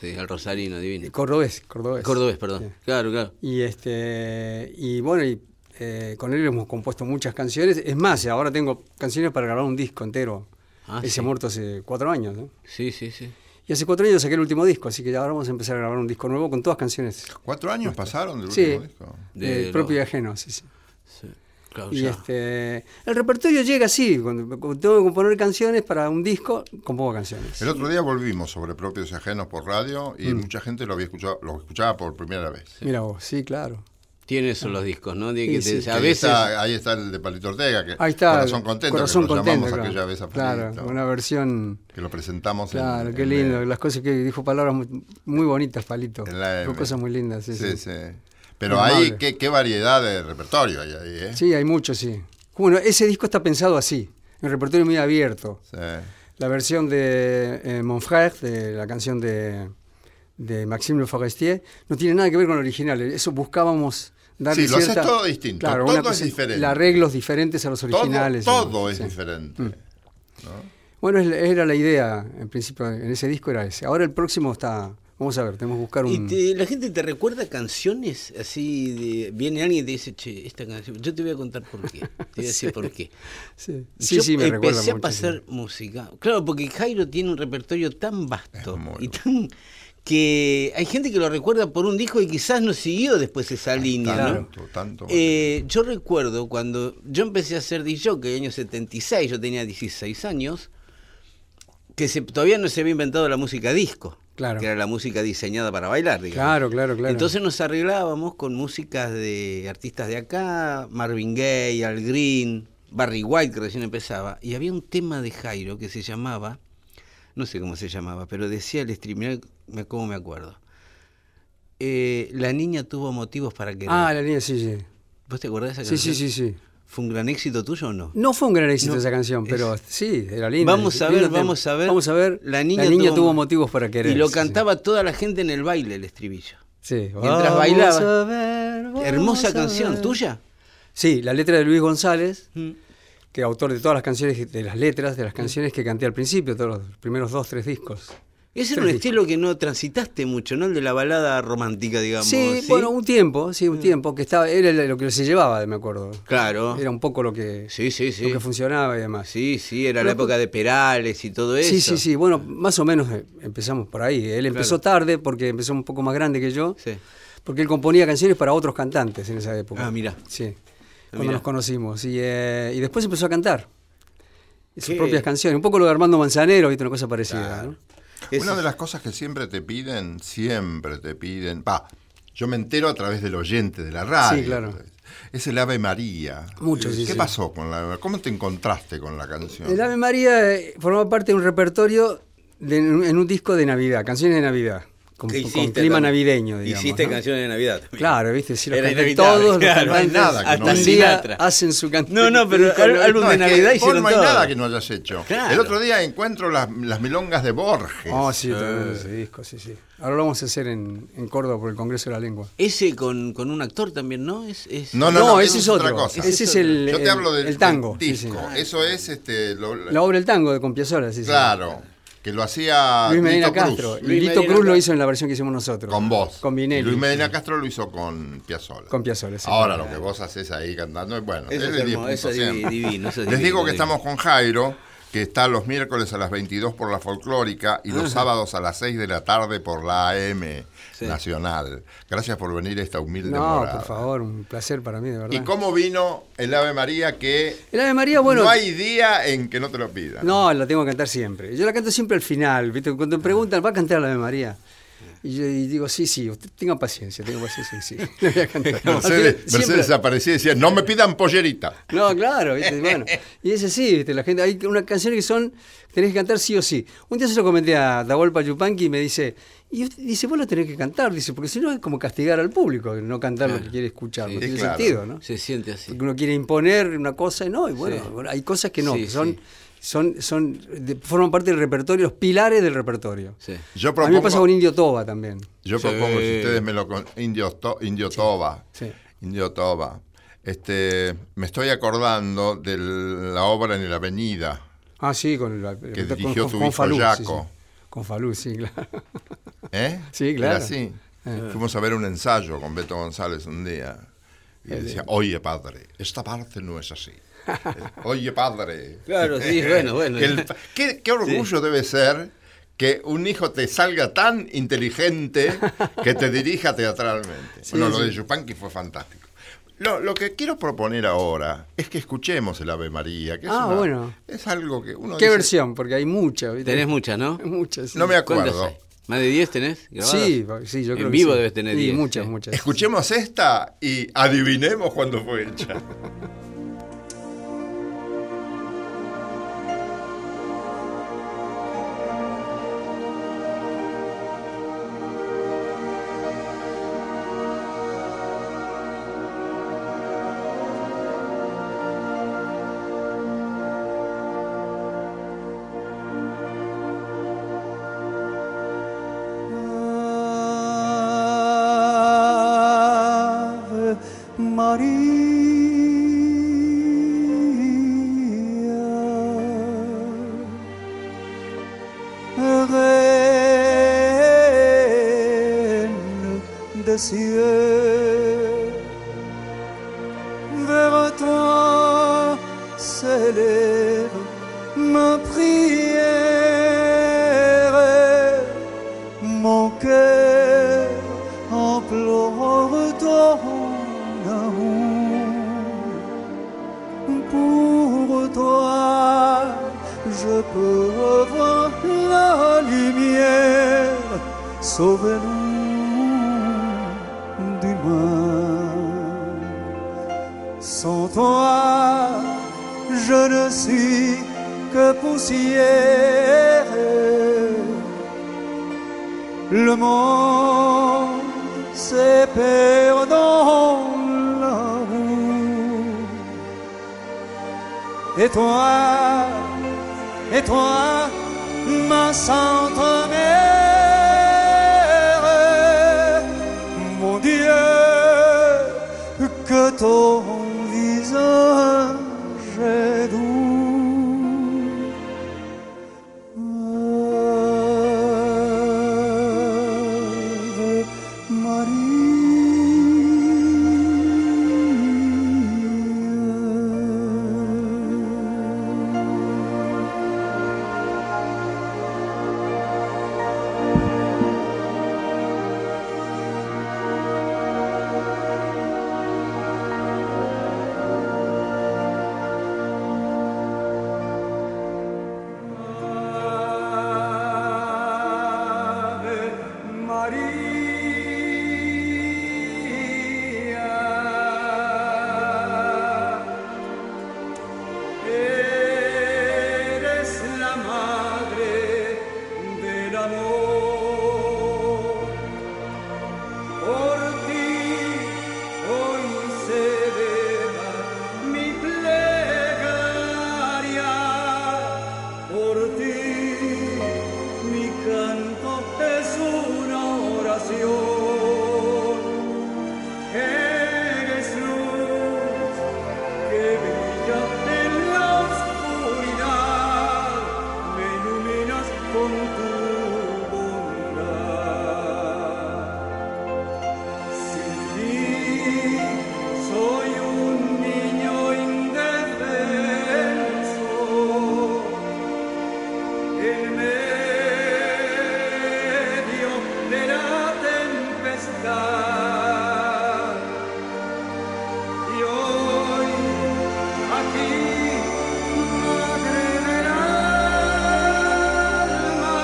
B: Sí, el rosarino, divino.
D: Cordobés, cordobés.
B: Cordobés, perdón.
D: Sí.
B: Claro, claro.
D: Y este y bueno, y, eh, con él hemos compuesto muchas canciones. Es más, ahora tengo canciones para grabar un disco entero.
B: Ah,
D: Él
B: sí.
D: se ha muerto hace cuatro años. ¿no?
B: Sí, sí, sí.
D: Y hace cuatro años saqué el último disco, así que ahora vamos a empezar a grabar un disco nuevo con todas canciones.
C: ¿Cuatro años pasaron del
D: Sí.
C: último disco?
B: De
D: eh,
B: lo-
D: propio y ajeno, sí, sí.
B: sí. Claro,
D: Y
B: ya.
D: este, el repertorio llega así, cuando cuando tengo que componer canciones para un disco, compongo canciones.
C: El otro día volvimos sobre propios y ajenos por radio y mucha gente lo había escuchado, lo escuchaba por primera vez.
D: Mira vos, Mm. sí, claro.
B: Tiene eso los discos, ¿no? Tiene que
D: Sí,
B: te-
D: sí.
B: a
C: ahí,
B: veces.
C: está, ahí está el de Palito Ortega, que
D: Ahí está.
C: Corazón Contento,
D: Corazón
C: que lo
D: Contento,
C: llamamos
D: claro.
C: aquella vez a
D: Claro,
C: Palito,
D: una versión.
C: que lo presentamos en-
D: Claro, qué
C: en-
D: lindo. Las cosas que dijo palabras muy, muy bonitas, Palito.
C: en la
D: Fue
C: M.
D: cosas muy lindas, sí.
C: Sí,
D: Sí,
C: sí. Pero
D: Amable.
C: ahí, qué, qué variedad de repertorio hay ahí, ¿eh?
D: Sí, hay mucho, sí. Bueno, ese disco está pensado así, el repertorio muy abierto.
C: Sí.
D: La versión de eh, Mon Frère, de la canción de, de Maxime Le Forestier, no tiene nada que ver con el original. Eso buscábamos darle
C: Sí, lo haces
D: cierta-
C: todo distinto,
D: Claro,
C: todo
D: una
C: es diferente.
D: le arreglos diferentes a los
C: Todo-
D: originales.
C: Todo,
D: digamos,
C: es
D: sí.
C: diferente.
B: Mm.
D: Bueno, es la- era la idea, en principio, en ese disco era ese. Ahora el próximo está... Vamos a ver, tenemos que buscar
B: ¿Y
D: un...
B: te- la gente te recuerda canciones? Así de- viene alguien y te dice, che, esta canción. Yo te voy a contar por qué. Te *laughs* voy a decir por qué.
D: Sí, sí,
B: Yo
D: sí, me recuerda
B: empecé a
D: mucho, sí.
B: pasar música. Claro, porque Jairo tiene un repertorio tan vasto
C: Es muy
B: y tan que hay gente que lo recuerda por un disco y quizás no siguió después esa línea, ¿no?
C: Tanto, tanto.
B: Eh, yo recuerdo cuando yo empecé a ser DJ, que en el año 76, yo tenía 16 años, que se- todavía no se había inventado la música disco,
D: Claro.
B: que era la música diseñada para bailar, digamos.
D: Claro, claro, claro.
B: Entonces nos arreglábamos con músicas de artistas de acá, Marvin Gaye, Al Green, Barry White, que recién empezaba, y había un tema de Jairo que se llamaba, no sé cómo se llamaba, pero decía el streamer, me cómo me acuerdo. eh, la niña tuvo motivos para que
D: Ah, la línea, sí, sí.
B: ¿Vos te acordás de esa
D: Sí, sí,
B: canción?
D: sí, sí.
B: ¿Fue un gran éxito tuyo o no?
D: No fue un gran éxito
B: No,
D: esa canción,
B: es-
D: pero sí, era linda.
B: Vamos a
D: Lindo
B: ver,
D: tema.
B: vamos a ver.
D: Vamos a ver.
B: La niña,
D: tuvo, motivos para querer.
B: Y lo
D: sí,
B: cantaba toda la gente en el baile, el estribillo.
D: sí. Sí.
B: mientras
D: Vamos
B: bailaba.
D: a ver, vamos
B: Hermosa
D: a
B: canción,
D: ver.
B: ¿tuya?
D: Sí, la letra de Luis González,
B: Mm.
D: que autor de todas las canciones, de las letras, de las canciones que canté al principio, todos los primeros dos, tres discos.
B: Ese era un estilo que no transitaste mucho, ¿no? El de la balada romántica, digamos. Mm.
D: Sí, bueno, un tiempo, sí, un tiempo, que estaba, era lo que se llevaba, me acuerdo.
B: Claro.
D: Era un poco lo que,
B: Ah. Sí, sí,
D: lo
B: sí.
D: que funcionaba y demás.
B: Sí, sí, era la
D: Pero-
B: época de Perales y todo eso.
D: Sí, sí, sí. Bueno, más o menos eh, empezamos por ahí. Él empezó tarde porque empezó un poco más grande que yo,
B: Sí.
D: porque él componía canciones para otros cantantes en esa época.
B: Ah, mirá.
D: Sí, cuando
B: mirá.
D: nos conocimos. Y, eh, y después empezó a cantar sus
B: Qué-
D: propias canciones. Un poco lo de Armando Manzanero, ¿viste? Una cosa parecida. ¿no?
B: Ese-
C: Una de las cosas que siempre te piden, siempre te piden, pa, yo me entero a través del oyente de la radio.
D: Sí, claro.
C: Es el Ave María.
D: Mucho,
C: Eh,
D: sí,
C: ¿Qué
D: sí.
C: pasó con la ¿Cómo te encontraste con la canción?
D: El Ave María eh, formaba parte de un repertorio de- en un disco de Navidad, canciones de Navidad, con,
B: que
D: con
B: hiciste
D: clima
B: también.
D: navideño, digamos.
B: Hiciste
D: ¿no?
B: canciones de Navidad también.
D: Claro, viste, sí, los
B: Era
D: cantantes,
B: inevitable,
D: todos los
B: claro, no hay
D: cantantes
C: nada que no
D: hasta
C: haya
D: un día
B: Sinatra.
D: hacen su canción.
B: No, no, pero al- álbum de
C: es que
B: Navidad
C: vos
B: hicieron
C: no hay
B: todo.
C: nada que no hayas hecho.
B: Claro.
C: El otro día encuentro las, las milongas de Borges.
D: Oh, sí, tremendo ese disco, sí, sí. Ahora lo vamos a hacer en, en Córdoba por el Congreso de la Lengua.
B: Ese con, con un actor también, ¿no? Es, es...
C: No, no, no,
D: ese es otro.
C: otra cosa.
D: Ese es
B: Ese es
D: el,
C: Yo te
D: el-
C: hablo del
D: el tango.
C: del
D: sí, sí.
C: disco. Eso es este lo-
D: La obra El Tango de Compiazola, sí, sí.
C: claro, que lo hacía
D: Luis Medina
C: Lito Cruz.
D: Castro. Y
B: Ah, Luis
D: Lito
B: Medina
D: Cruz lo
B: Castro.
D: hizo en la versión que hicimos nosotros.
C: Con vos.
D: Con
C: Y
D: Vinelli.
C: Luis Medina Castro lo hizo con Piazzolla.
D: Con Piazzolla, sí.
C: Ahora lo que vos haces ahí cantando, bueno,
B: Eso
C: él
B: es
C: es 10
B: hermoso,
C: puntos
B: eso es divi-
C: siempre.
B: divino, eso es
C: Les
B: divino,
C: digo que
B: divino.
C: estamos con Jairo, que está los miércoles a las 22 por la folclórica y los sábados a las 6 de la tarde por la AM
B: Sí.
C: Nacional. Gracias por venir a esta humilde
D: No,
C: morada.
D: por favor, un placer para mí, de
C: ¿Y
D: verdad.
C: cómo vino el Ave María que
D: El Ave María, bueno.
C: no hay día en que no te lo pidan?
D: No, la tengo que cantar siempre. Yo la canto siempre al final, ¿viste? Cuando
C: Ah.
D: me preguntan, ¿va a cantar la Ave María? Y yo y digo, sí, sí, usted tenga paciencia, tenga paciencia, sí.
C: *laughs*
D: sí. La voy a cantar.
C: *laughs* Mercedes,
D: Al final,
C: Mercedes
D: siempre-
C: aparecía y decía, no me pidan pollerita.
D: No, claro, ¿viste? bueno. Y es así, ¿viste? la gente, hay unas canciones que son, tenés que cantar sí o sí. Un día se lo comenté a Dahualpa Yupanqui y me dice, y usted dice, vos lo tenés que cantar, dice, porque si no es como castigar al público, no cantar lo que quiere escuchar, no
C: Sí,
D: tiene
C: claro.
D: sentido, ¿no?
B: Se siente así.
D: Porque uno quiere imponer una cosa y no, y bueno,
B: Sí.
D: hay cosas que no,
B: Sí,
D: que son,
B: sí.
D: son, son, de- forman parte del repertorio, los pilares del repertorio.
B: Sí.
C: Yo
D: A mí me
C: propongo-
D: pasa con Indio Toba también.
C: Yo
B: Sí.
C: propongo, si ustedes me lo... Con... Indio, To- Indio Toba.
D: sí.
C: Indio Toba. Este, me estoy acordando de la obra en la avenida.
D: Ah, sí, con, la-
C: Que
D: con-
C: dirigió tu hijo
D: Falú, sí,
C: Jaco.
D: sí. Con Falú, sí, claro.
C: ¿Eh?
D: Sí, claro.
C: Era
D: Ah.
C: así. Fuimos a ver un ensayo con Beto González un día.
D: Ah,
C: Y decía, oye padre, esta parte no es
D: *laughs*
C: así. Oye padre.
B: Claro, sí, bueno, bueno.
C: El pa- qué, qué orgullo debe ser que un hijo te salga tan inteligente que te dirija teatralmente.
D: Sí,
C: bueno, lo
D: sí.
C: de Yupanqui fue fantástico. Lo, lo que quiero proponer ahora es que escuchemos el Ave María, que es,
D: Ah,
C: una-
D: bueno.
C: es algo que uno
D: ¿Qué
C: dice,
D: versión? Porque hay muchas. ¿viste? *laughs*
B: Tenés muchas, ¿no?
D: Muchas. sí.
C: No me
B: ¿Cuántas
C: acuerdo.
B: hay? ¿Más de 10 tenés? grabadas?
D: Sí, sí, yo creo
B: En
D: que
B: vivo
D: sí.
B: debes tener
D: Sí,
B: 10.
D: muchas,
B: sí.
D: muchas.
C: Escuchemos esta y adivinemos cuándo fue hecha.
F: Ave María, Reine des cieux, vers toi s'élève ma prière mon cœur implore ton amour. Pour toi, je peux revoir la lumière. Sauve-nous du mal. Sans toi, je ne suis que poussière. Le monde se perd dans la roue. Et toi, et toi, ma sainte mère, mon Dieu, que ton visage est doux. Ave Maria. Ave Maria. Eres la madre del amor. Por ti hoy se eleva mi plegaria. Por ti mi canto es una oración. Eres luz que brilla en la oscuridad, me iluminas con tu bondad. Sin ti soy un niño indefenso. En medio de la tempestad y hoy aquí madre del alma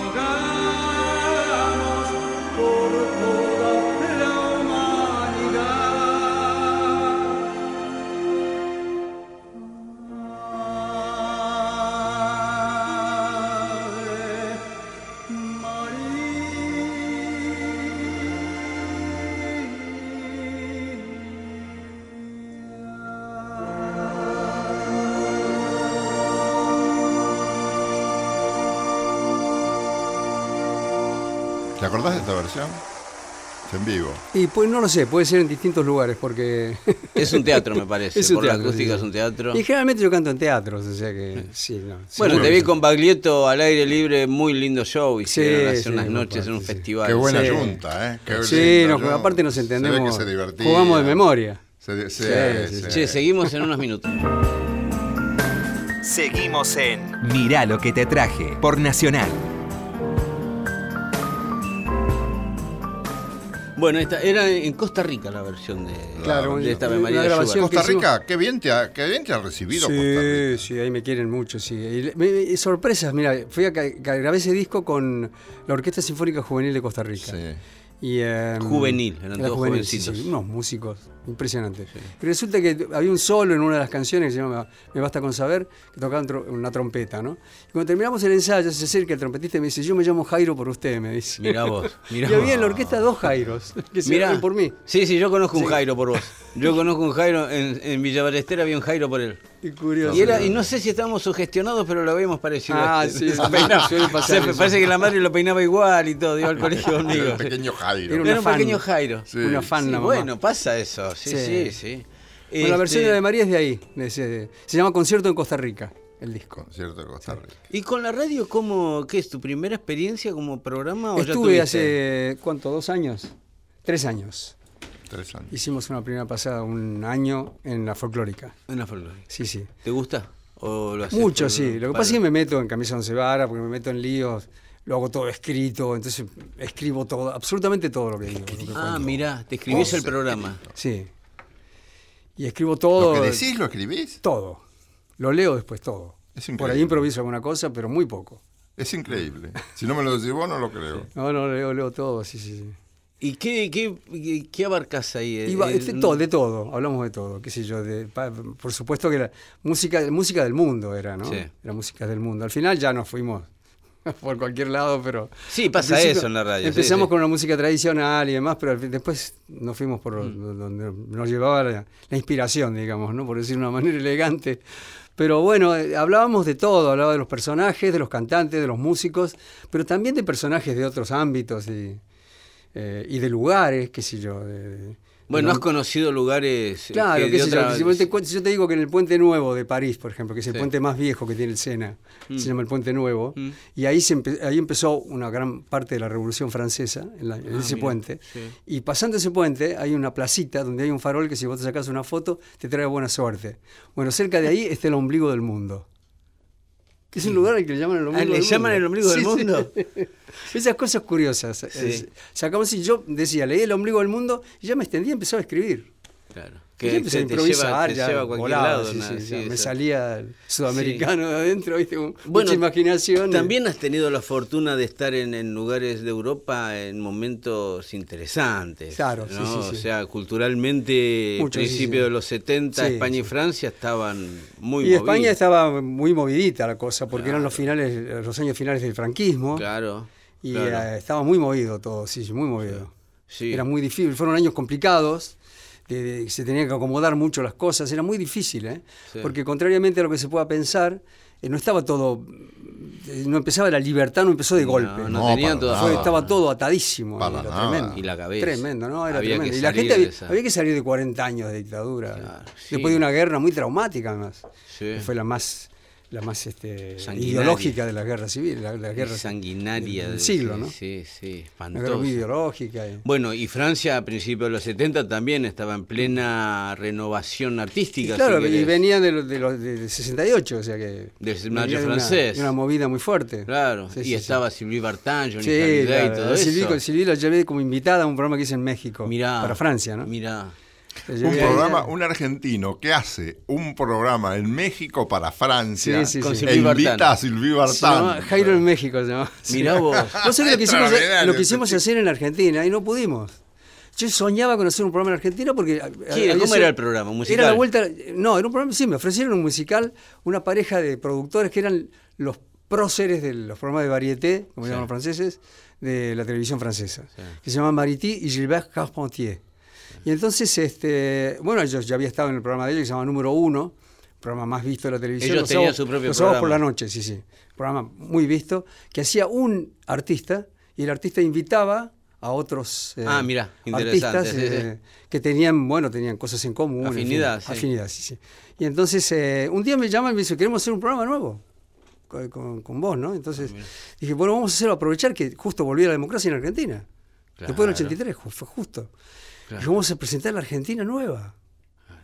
F: rogamos por toda la humanidad. Ave Maria.
C: ¿Te acordás de esta versión? en vivo.
D: Y pues no lo sé, puede ser en distintos lugares porque...
B: *laughs* Es un
D: *laughs*
B: teatro, me parece.
D: Es un
B: Por la
D: teatro,
B: acústica
D: sí.
B: es un teatro.
D: Y generalmente yo canto en teatros, o sea que... Sí, no,
B: Bueno,
D: seguro
B: te
D: que
B: vi
D: sí.
B: con Baglietto al aire libre, muy lindo show. Hicieron hace
D: sí,
B: unas
D: muy
B: noches en un
D: fuerte, sí.
B: festival.
C: Qué buena
D: sí.
C: junta, ¿eh? Qué
D: Sí,
C: linda
D: nos-
C: junta.
D: aparte nos
C: Se ve que
D: entendemos.
C: se divertían.
D: jugamos de memoria.
C: Se- se-
D: Sí,
C: se-
B: Che, seguimos en unos minutos.
A: Seguimos en Mirá lo que te traje por Nacional.
B: Bueno, esta, era en Costa Rica la versión de,
D: Claro,
B: de esta
D: una
B: Ave María de
D: grabación
B: Schubert.
C: Costa
D: que hicimos-
C: Rica, qué bien te ha, qué bien te ha recibido Costa
D: Sí,
C: Rica.
D: sí, ahí me quieren mucho, sí. Y, le- me- me- sorpresas, mira, fui a ca- ca- grabé ese disco con la Orquesta Sinfónica Juvenil de Costa Rica.
C: Sí.
D: Y, em,
B: Juvenil, eran todos
D: sí, sí,
B: jovencitos.
D: unos músicos impresionantes. Y resulta que había un solo en una de las canciones que se llama Me Basta con Saber, que tocaban tro- una trompeta, ¿no? Y cuando terminamos el ensayo, se acerca el trompetista y me dice: Yo me llamo Jairo por usted, me dice.
B: Mirá vos, mirá
D: y había
B: vos.
D: en la orquesta dos Jairos que se
B: Mirá.
D: llaman por mí.
B: Sí, sí, yo conozco un Jairo por vos. Yo conozco un Jairo, en, en Villa Ballester había un Jairo por él.
D: Y curioso.
B: Y, era, y no sé si estábamos sugestionados, pero lo veíamos parecido. a
D: Ah,
B: este. *laughs*
D: sí,
B: Se
D: sí,
B: peinaba.
D: suele pasar
B: Se-
D: eso.
B: parece que la madre lo peinaba igual y todo, iba
D: *laughs*
B: al colegio conmigo.
C: El pequeño Jairo.
D: Era
B: Era
D: una
B: un
D: fan.
B: pequeño Jairo.
C: Sí.
D: Una fan,
B: Sí,
D: la mamá.
B: bueno, pasa eso, sí, sí, sí.
D: Sí. Bueno, la versión
B: Este,
D: de Ave María es de ahí, de ese- se llama Concierto en Costa Rica, el disco.
C: Concierto de Costa Rica.
B: ¿Y con la radio cómo, qué es tu primera experiencia como programa o ya
D: Estuve
B: tuviste?
D: hace, ¿cuánto? ¿Dos años? Tres años.
C: Tres años.
D: Hicimos una primera pasada, un año en la folclórica.
B: Una folclórica.
D: Sí, sí.
B: ¿Te gusta? ¿O lo haces
D: Mucho,
B: por-
D: sí. Lo que
B: para-
D: pasa es que me meto en camisa once varas, porque me meto en líos, lo hago todo escrito, entonces escribo todo, absolutamente todo lo que digo. lo que
B: Ah,
D: cuento.
B: mirá, te escribís
D: Oh,
B: el programa.
D: Sí. Y escribo
C: ¿Lo
D: todo.
C: que decís lo escribís?
D: Todo. Lo leo después todo.
C: Es
D: Por ahí
C: increíble.
D: improviso alguna cosa, pero muy poco.
C: Es increíble. Si no me lo decís vos, no lo creo.
D: No, no, leo, leo todo, sí, sí, sí.
B: ¿Y qué, qué, qué, qué abarcás ahí?
D: Y va- de,
B: Eh, eh,
D: este, todo, de todo, hablamos de todo, qué sé yo, de- pa- por supuesto que la música, música del mundo era, ¿no?
B: Sí.
D: Era música del mundo. Al final ya nos fuimos *laughs* por cualquier lado, pero...
B: Sí, pasa
D: al principio
B: eso en la radio, sí,
D: Empezamos
B: sí.
D: con la música tradicional y demás, pero al fin- después nos fuimos por
B: Mm.
D: lo- donde nos llevaba la, la inspiración, digamos, ¿no? Por decir de una manera *laughs* elegante. Pero bueno, eh, hablábamos de todo, hablaba de los personajes, de los cantantes, de los músicos, pero también de personajes de otros ámbitos y, eh, y de lugares, qué sé yo. de- de-
B: Bueno,
D: de
B: has conocido lugares. eh,
D: Claro,
B: que
D: qué
B: de
D: sé yo,
B: otra-
D: que si vos te cuen- si yo te digo que en el Puente Nuevo de París, por ejemplo, que es el puente más viejo que tiene el Sena,
B: Mm.
D: se llama el Puente Nuevo, y ahí, se empe- ahí empezó una gran parte de la Revolución Francesa, en, la-
B: Ah,
D: en ese puente, y pasando ese puente hay una placita donde hay un farol que si vos te sacás una foto te trae buena suerte. Bueno, cerca de ahí
B: *laughs*
D: está el ombligo del mundo. Que es un lugar al que le llaman el ombligo
B: Ah, ¿le
D: del mundo.
B: llaman el ombligo del
D: Sí, sí.
B: mundo?
D: *laughs* Esas cosas curiosas.
B: Sí.
D: Eh, Sacamos y yo decía, leí el ombligo del mundo y ya me extendía y empezaba a escribir.
B: Claro,
D: Que,
B: que,
D: empecé a
B: que te lleva,
D: improvisar,
B: te
D: ya
B: lleva a cualquier
D: volaba,
B: lado.
D: sí,
B: nada,
D: sí, ya
B: sí,
D: me
B: eso.
D: salía el sudamericano de adentro, ¿viste? Con
B: Bueno,
D: mucha imaginación.
B: También has tenido la fortuna de estar en, en lugares de Europa en momentos interesantes.
D: Claro, sí,
B: ¿no?
D: sí, sí.
B: O sea, culturalmente,
D: Mucho, sí,
B: principio
D: sí.
B: de los 70,
D: Sí,
B: España y
D: sí.
B: Francia estaban
D: y
B: muy
D: España
B: movidos.
D: estaba muy movidita la cosa, porque eran los finales, los años finales del franquismo.
B: Claro.
D: Y
B: claro.
D: eh, estaba muy movido todo, sí, muy movido.
B: Sí.
D: Era muy difícil, fueron años complicados, de- de- se tenían que acomodar mucho las cosas, era muy difícil, ¿eh?
B: Sí.
D: porque contrariamente a lo que se pueda pensar, eh, no estaba todo, eh, no empezaba la libertad, no empezó de golpe.
B: No, no,
C: No,
B: tenían
C: para
B: toda
D: Fue-
C: nada.
D: estaba todo atadísimo.
C: Para
D: era
C: nada.
D: tremendo.
B: Y la cabeza.
D: Tremendo, ¿no? Era
B: Había que
D: tremendo. Y la
B: salir
D: gente
B: de
D: había,
B: esa.
D: había que salir de 40 años de dictadura.
B: Claro, sí.
D: Después de una guerra muy traumática, además.
B: Sí.
D: que Fue la más la más este,
B: Sanguinaria.
D: ideológica de la guerra civil, la, la
B: Y
D: guerra
B: sanguinaria.
D: del
B: de-
D: siglo,
B: sí,
D: ¿no?
B: Sí, sí,
D: Una guerra muy
B: espantosa.
D: ideológica. eh. y-
B: Bueno, y Francia a principios de los 70 también estaba en plena renovación
D: Y
B: artística.
D: claro,
B: si
D: y
B: querés.
D: venía de los de los- del 68, o sea que.
B: Del gimnasio
D: venía de una-
B: francés.
D: de Una, movida muy fuerte.
B: Claro,
D: Sí,
B: y
D: sí, sí.
B: estaba Sylvie Bartan, Johnny
D: Sí,
B: Hallyday
D: claro, eh,
B: y todo
D: a Silvi-
B: eso.
D: con Silvi la llevé como invitada a un programa que hice en México.
B: Mirá,
D: Para Francia, ¿no?
B: Mirá.
D: La
C: Un
D: llevé ahí.
C: programa, un argentino que hace un programa en México para Francia
D: Sí, sí, sí.
C: e
B: Silvi Bartán.
C: invita a Silvi Bartán.
D: No, Jairo en México se llamaba.
B: Mirá vos.
D: Vos sabés que lo que hicimos, eh,
C: Extraordinario
D: lo que hicimos
C: este
D: hacer en Argentina y no pudimos. Yo soñaba con hacer un programa en Argentina porque... eh, había
B: ¿Cómo
D: sido-
B: era el programa? ¿Un musical?
D: Era la vuelta... No, era un programa... Sí, me ofrecieron un musical, una pareja de productores que eran los próceres de los programas de varieté, como llaman los franceses, de la televisión francesa, que se llamaban Mariti y Gilbert Carpentier. Y entonces, este, bueno, yo ya había estado en el programa de ellos que se llama Número Uno, programa más visto de la televisión.
B: Ellos
D: los
B: tenían
D: sábados-
B: su propio
D: los sábados por
B: programa.
D: la noche, sí, sí. Programa muy visto, que hacía un artista y el artista invitaba a otros eh,
B: Ah, mirá, interesante,
D: artistas
B: sí,
D: eh, que tenían, bueno, tenían cosas en común. en fin,
B: Afinidad, sí.
D: Afinidad, sí, sí. Y entonces eh, un día me llaman y me dicen, queremos hacer un programa nuevo con, con- con vos, ¿no? Entonces dije, bueno, vamos a hacerlo, aprovechar que justo volvió la democracia en Argentina. Después
B: Claro.
D: del 83, ju- fue justo.
B: Claro.
D: Dije, vamos a presentar la Argentina nueva.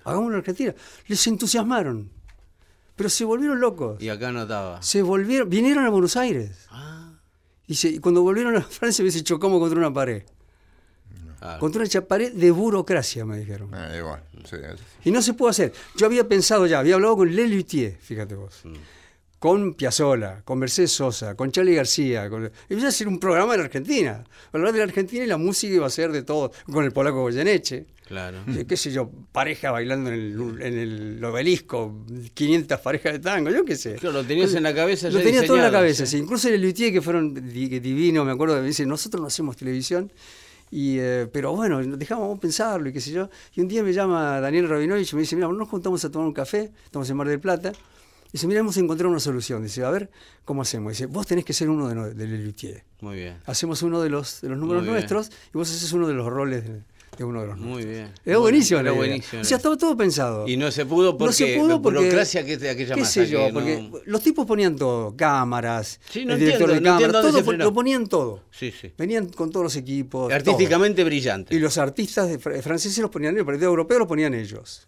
D: Hagamos la Argentina. Les entusiasmaron, pero se volvieron locos.
B: Y acá no estaba.
D: Se volvieron, vinieron a Buenos Aires.
B: Ah,
D: Dice, y cuando volvieron a Francia, me dice, chocamos contra una pared.
B: claro.
D: Contra una cha- pared de burocracia, me dijeron.
C: Ah, y bueno, sí, es-
D: Y no se pudo hacer. Yo había pensado ya, había hablado con Lelutier, fíjate vos. Con Piazzola, con Mercedes Sosa, con Charlie García. Con... Iba a hacer un programa de la Argentina. Hablar de la Argentina y la música iba a ser de todo. Con el polaco Goyeneche.
B: claro.
D: Eh, qué sé yo, pareja bailando en el, en el obelisco, 500 parejas de tango, yo qué sé.
B: Claro, lo tenías en la cabeza
D: Lo
B: ya
D: tenía todo en la
B: diseñado,
D: cabeza,
B: sí.
D: sí. Incluso el Luthier, que fueron di- que divinos, me acuerdo, me dice, nosotros no hacemos televisión, y, eh, pero bueno, nos dejamos vamos a pensarlo y qué sé yo. Y un día me llama Daniel Rabinovich y me dice, mira, nos juntamos a tomar un café, estamos en Mar del Plata, y dice, mira, hemos encontrado una solución. Dice, a ver, ¿cómo hacemos? Dice, vos tenés que ser uno de, no- de Lelutier.
B: Muy bien.
D: Hacemos uno de los, de los números
B: Muy bien.
D: nuestros y vos haces uno de los roles de, de uno de los
B: Muy
D: nuestros.
B: bien.
D: Era buenísimo, la
B: Era
D: idea.
B: buenísimo.
D: O sea, estaba todo pensado.
B: Y no se pudo porque.
D: No se pudo porque.
B: Burocracia que, a que
D: ¿Qué
B: llamás, a
D: sé
B: que
D: yo?
B: no-
D: Porque los tipos ponían todo: cámaras,
B: Sí, no
D: el director
B: entiendo, no
D: de cámara,
B: entiendo dónde
D: todo
B: se
D: po-
B: frenó.
D: lo ponían todo.
B: Sí, sí.
D: Venían con todos los equipos.
B: Artísticamente
D: todo.
B: brillante.
D: Y los artistas de fr- franceses los ponían ellos, el Partido Europeo los ponían ellos.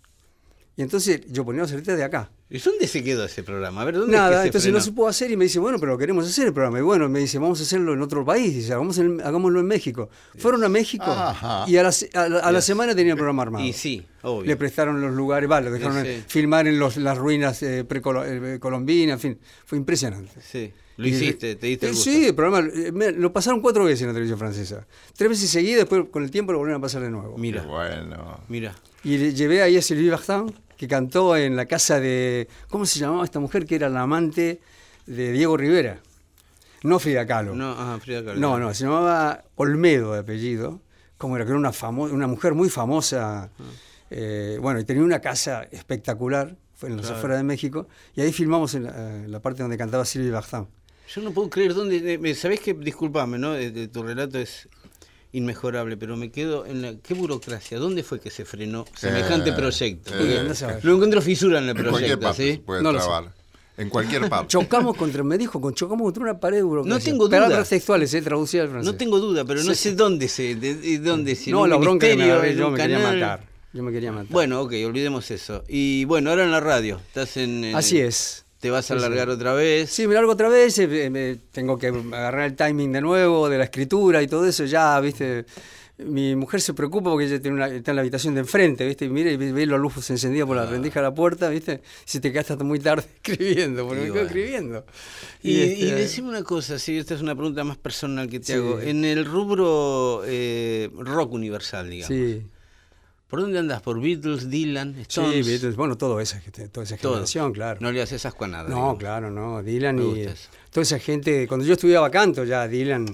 D: Y entonces yo ponía los artistas de acá.
B: ¿Y dónde se quedó ese programa? A ver, ¿dónde
D: Nada,
B: es que se
D: entonces no
B: frenó?
D: se pudo hacer y me dice, bueno, pero queremos hacer el programa. Y bueno, me dice, vamos a hacerlo en otro país. Dice, hagamos en- hagámoslo en México. Fueron a México
C: Ajá.
D: y a la, se- a la- a la semana tenían el programa armado.
B: Y sí, obvio.
D: Le prestaron los lugares, vale, lo dejaron
B: Sí, sí.
D: filmar en los, las ruinas eh, precolombinas, en fin, fue impresionante.
B: Sí, lo hiciste, te diste el
D: Eh,
B: gusto.
D: Sí, el programa, eh, me- lo pasaron cuatro veces en la televisión francesa. Tres veces seguidas, después con el tiempo lo volvieron a pasar de nuevo.
C: qué
B: Mira,
C: bueno.
B: mira.
D: Y le llevé ahí a Sylvie Vartan, que cantó en la casa de. ¿Cómo se llamaba esta mujer? Que era la amante de Diego Rivera. No Frida Kahlo.
B: No, ah, Frida Kahlo.
D: No, no, se llamaba Olmedo de apellido, como era que era una, famo- una mujer muy
B: Ah.
D: famosa. eh, bueno, y tenía una casa espectacular, fue en las afueras de México, y ahí filmamos en la, eh, la parte donde cantaba Silvia Bartán.
B: Yo no puedo creer dónde. eh, me- Sabés que, disculpame, ¿no? Eh, eh, tu relato es inmejorable, pero me quedo en la. ¿Qué burocracia? ¿Dónde fue que se frenó semejante
C: Eh,
B: proyecto?
C: eh,
B: Porque
D: andá a saber.
B: Lo encuentro fisura en el
C: En cualquier
B: proyecto,
C: parte se
B: ¿sí?
C: puede
D: No lo sé.
C: trabar. En cualquier parte.
B: *laughs*
D: Chocamos contra, me dijo, con, chocamos contra una pared de burocracia.
B: No tengo duda.
D: Palabras textuales, eh, traducidas al francés.
B: No tengo duda, pero no sé dónde se. de- de- dónde se.
D: No,
B: en
D: la
B: un
D: bronca que me
B: ministerio,
D: agarré
B: en
D: yo
B: un
D: me quería
B: canal.
D: matar. Yo me quería matar.
B: Bueno, ok, olvidemos eso. Y bueno, ahora en la radio. Estás en. eh,
D: Así es.
B: Te vas a
D: Sí, sí.
B: alargar otra vez.
D: Sí, me largo otra vez, eh, me- tengo que agarrar el timing de nuevo, de la escritura y todo eso, ya, viste. Mi mujer se preocupa porque ella tiene una- está en la habitación de enfrente, viste, y mira y ve, ve los luces encendidos
B: Ah.
D: por la rendija de la puerta, viste, si te quedas hasta muy tarde *laughs* escribiendo, porque
B: Y
D: me
B: bueno.
D: quedo escribiendo.
B: Y, y
D: este,
B: decime una cosa, sí, esta es una pregunta más personal que te
D: Sí.
B: hago. En el rubro eh, rock universal, digamos.
D: Sí,
B: ¿Por dónde andas? ¿Por Beatles, Dylan,
D: sí,
B: Stones?
D: Beatles, bueno, todo esa, gente- toda esa
B: Todo.
D: generación, claro.
B: No le haces asco a nada.
D: No,
B: digamos.
D: claro, no. Dylan
B: Me
D: y
B: gusta
D: eh,
B: eso.
D: toda esa gente. Cuando yo estudiaba canto ya, Dylan,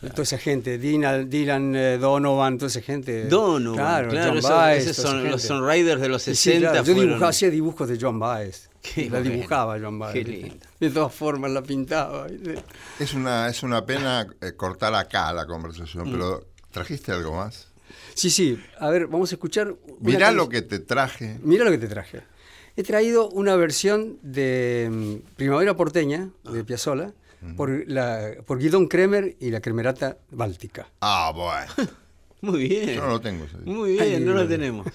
D: toda esa gente. Dina- Dylan, eh, Donovan, toda esa gente.
B: Donovan, claro,
D: claro, John
B: esos,
D: Baez,
B: esos
D: toda esa
B: son los
D: gente.
B: Sunriders de los
D: Y
B: 60.
D: sí, claro, yo
B: fueron-
D: dibujaba, hacía dibujos de John Baez.
B: Qué
D: la
B: bueno,
D: dibujaba John Baez.
B: qué
D: ¿viste?
B: lindo.
D: De todas formas la pintaba. ¿viste?
C: Es una, es una pena eh, cortar acá la conversación, pero ¿trajiste algo más?
D: Sí, sí. A ver, vamos a escuchar. una
C: Mirá
D: canción.
C: lo que te traje.
D: Mira lo que te traje. He traído una versión de mm, Primavera Porteña,
B: Ah.
D: de Piazzolla, por, la, por Guidón Kremer y la Cremerata Báltica.
C: Ah, bueno.
B: Muy bien.
C: Yo no lo tengo. ese disco.
B: Muy bien,
D: Ay,
B: no lo
D: mira. *laughs*
B: tenemos.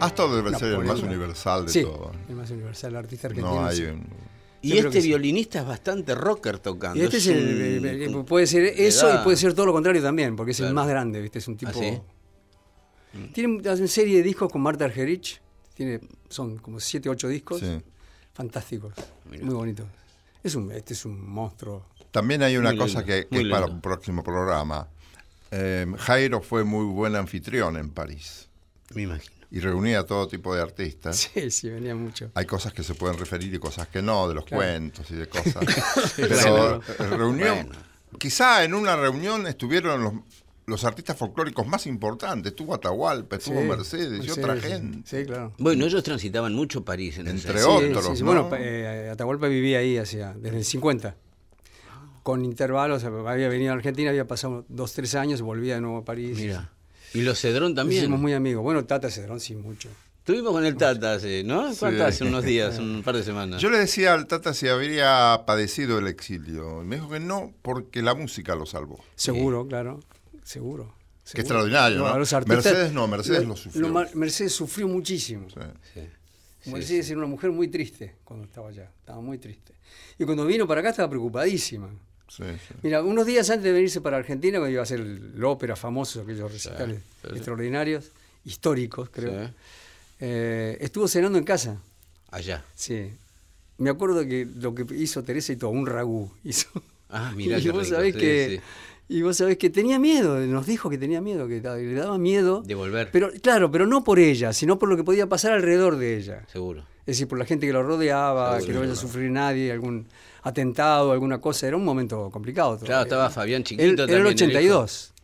C: Astor debe ser el más
D: Napoleón.
C: universal de
D: sí,
C: todo.
D: el más universal, artista argentino.
C: No hay
D: sí.
C: un.
B: Y
D: Yo creo
B: este
D: que sí.
B: violinista es bastante rocker tocando.
D: Y este
B: es
D: es el,
B: un-
D: el- el- puede ser eso
B: edad.
D: y puede ser todo lo contrario también, porque es
B: Claro.
D: el más grande, ¿viste? Es un tipo... Mm.
B: ¿Ah, sí?
D: Tiene una serie de discos con Marta Argerich, tiene, son como 7 8 discos,
C: Sí.
D: fantásticos,
B: Mirá.
D: muy bonitos. Es un, este es un monstruo. *laughs*
C: También hay una
B: Muy
C: cosa
B: lindo,
C: que, que
B: muy
C: es para
B: lindo.
C: un próximo programa. Eh, Jairo fue muy buen anfitrión en París
B: Me imagino.
C: y reunía a todo tipo de artistas.
D: Sí, sí, venía mucho.
C: Hay cosas que se pueden referir y cosas que no, de los
D: Claro.
C: cuentos y de
D: *laughs*
C: cosas. Pero
B: Bueno.
C: eh, reunión,
B: Bueno.
C: quizá en una reunión estuvieron los, los artistas folclóricos más importantes. Estuvo Atahualpa, estuvo
D: Sí,
C: Mercedes, y otra
D: sí, sí.
C: gente.
D: Sí, claro.
B: Bueno, ellos transitaban mucho París en
C: Entre
B: ese
D: Sí,
C: otros,
D: sí, sí.
C: ¿no?
D: Bueno, pa- eh, Atahualpa vivía ahí hacia, desde el 50. Con intervalos, había venido a Argentina, había pasado dos, tres años, volvía de nuevo a París.
B: Mira. Y los Cedrón
D: Nos
B: también.
D: hicimos muy amigos. Bueno, Tata Cedrón sí, mucho.
B: Estuvimos con el Tata hace, ¿no? ¿Cuánto
D: *laughs*
B: hace? Unos días, un par de semanas.
C: Yo le decía al Tata si habría padecido el exilio. Y me dijo que no, porque la música lo salvó.
D: Seguro, claro. Seguro. seguro.
C: extraordinario, ¿no?
D: a los artistas-
C: Mercedes no, Mercedes lo sufrió.
D: mar- Mercedes sufrió muchísimo.
C: Sí.
B: Sí. Sí,
D: Mercedes era una mujer muy triste cuando estaba allá. Estaba muy triste. Y cuando vino para acá estaba preocupadísima.
C: Sí, sí.
D: Mira, unos días antes de venirse para Argentina, cuando iba a hacer el- la ópera famoso, aquellos recitales extraordinarios, históricos, creo.
B: Sí.
D: eh, estuvo cenando en casa.
B: Allá.
D: Sí. Me acuerdo que lo que hizo Teresa y todo, un ragú hizo. *laughs*
B: Ah, mirá
D: y
B: qué
D: vos
B: rico,
D: sabés
B: sí,
D: que Y vos sabés que tenía miedo, nos dijo que tenía miedo, que da- le daba miedo.
B: De volver.
D: Pero, claro, pero no por ella, sino por lo que podía pasar alrededor de ella.
B: Seguro.
D: Es decir, por la gente que lo rodeaba,
B: Seguro,
D: que no vaya a
B: seguro.
D: sufrir nadie, algún atentado, alguna cosa. Era un momento complicado.
B: Claro,
D: todavía.
B: estaba Fabián chiquito
D: Él-
B: también.
D: Era el
B: hijo.
D: 82.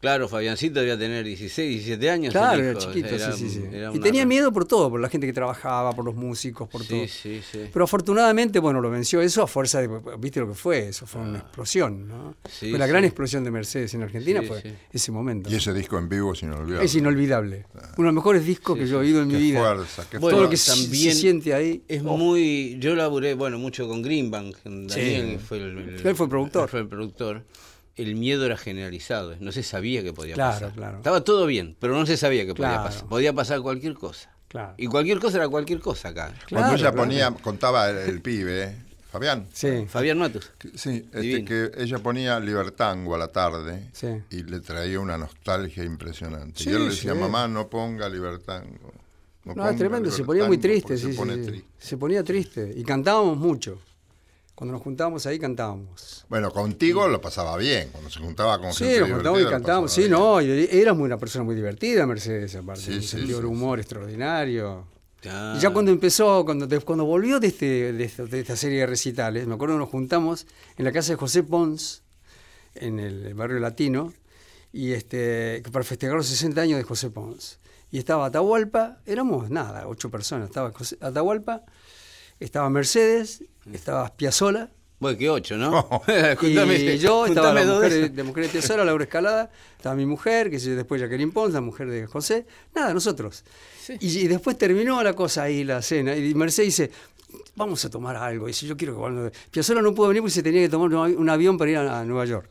B: Claro, Fabiancito debía tener 16, 17 años.
D: Claro,
B: el
D: era
B: hijo.
D: chiquito,
B: Era-
D: sí, sí, sí.
B: era
D: Y
B: una-
D: tenía miedo por todo, por la gente que trabajaba, por los músicos, por todo.
B: Sí, sí, sí.
D: Pero afortunadamente, bueno, lo venció eso a fuerza de. ¿Viste lo que fue? Eso fue una explosión, ¿no?
B: Ah. Sí,
D: Fue la
B: sí.
D: gran explosión de Mercedes en Argentina
B: Sí,
D: fue
B: sí.
D: ese momento.
C: Y ese disco en vivo sin olvidar.
D: es inolvidable. Uno de los mejores discos que yo he oído en
C: Qué
D: mi vida.
C: fuerza, qué
D: todo lo
C: fuerza.
D: que se-
B: También
D: se siente ahí. oh,
B: Es muy. Yo laburé, bueno, mucho con Greenbank. Daniel fue el, el-
D: Él fue el productor.
B: él fue el productor. El miedo era generalizado. No se sabía que podía
D: Claro,
B: pasar.
D: claro.
B: Estaba todo bien, pero no se sabía que podía
D: Claro.
B: pasar. Podía pasar cualquier cosa.
D: Claro.
B: Y cualquier cosa era cualquier cosa acá.
C: Cuando
D: Claro,
C: ella
D: claro.
C: ponía, contaba el, el pibe, ¿eh? Fabián.
D: Sí.
B: Fabián Matus.
C: que- Sí, este,
B: Divino.
C: que ella ponía Libertango a la tarde
D: Sí.
C: y le traía una nostalgia impresionante.
D: Sí,
C: y yo le decía,
D: sí.
C: mamá, no ponga Libertango.
D: No,
C: ponga
D: es tremendo, se
C: Libertango
D: ponía muy
C: porque
D: triste, sí,
C: se
D: sí,
C: pone
D: sí.
C: triste".
D: Se ponía triste. Y cantábamos mucho. Cuando nos juntábamos ahí cantábamos.
C: Bueno, contigo lo pasaba bien, cuando se juntaba con
D: Sí,
C: gente
D: nos juntábamos y
C: divertida, lo
D: cantábamos.
C: pasaba
D: Sí,
C: bien.
D: no, y era muy- una persona muy divertida, Mercedes, aparte.
C: Sí,
D: un
C: sí,
D: sentido
C: sí,
D: del
C: sí.
D: humor extraordinario. Y
B: Ah,
D: ya cuando empezó, cuando, te- cuando volvió de, este, de, esta- de esta serie de recitales, me acuerdo que nos juntamos en la casa de José Pons, en el barrio latino, y este, para festejar los 60 años de José Pons. Y estaba Atahualpa, éramos nada, ocho personas. Estaba José- Atahualpa, estaba Mercedes, estaba Piazzola,
B: Bueno, que ocho,
D: *laughs*
B: ¿no? *laughs*
D: y yo estaba
B: juntame
D: la
B: dos
D: mujer
B: de
D: de,
B: esas.
D: de Mujeres de Tesoro, Laura Escalada, estaba mi mujer, que se- después Jacqueline Pons, la mujer de José, nada, nosotros. Y, y después terminó la cosa ahí, la cena, y Mercedes dice, vamos a tomar algo. Y dice, yo quiero que cuando... Piazzolla no pudo venir porque se tenía que tomar un avi- un avión para ir a, a Nueva York.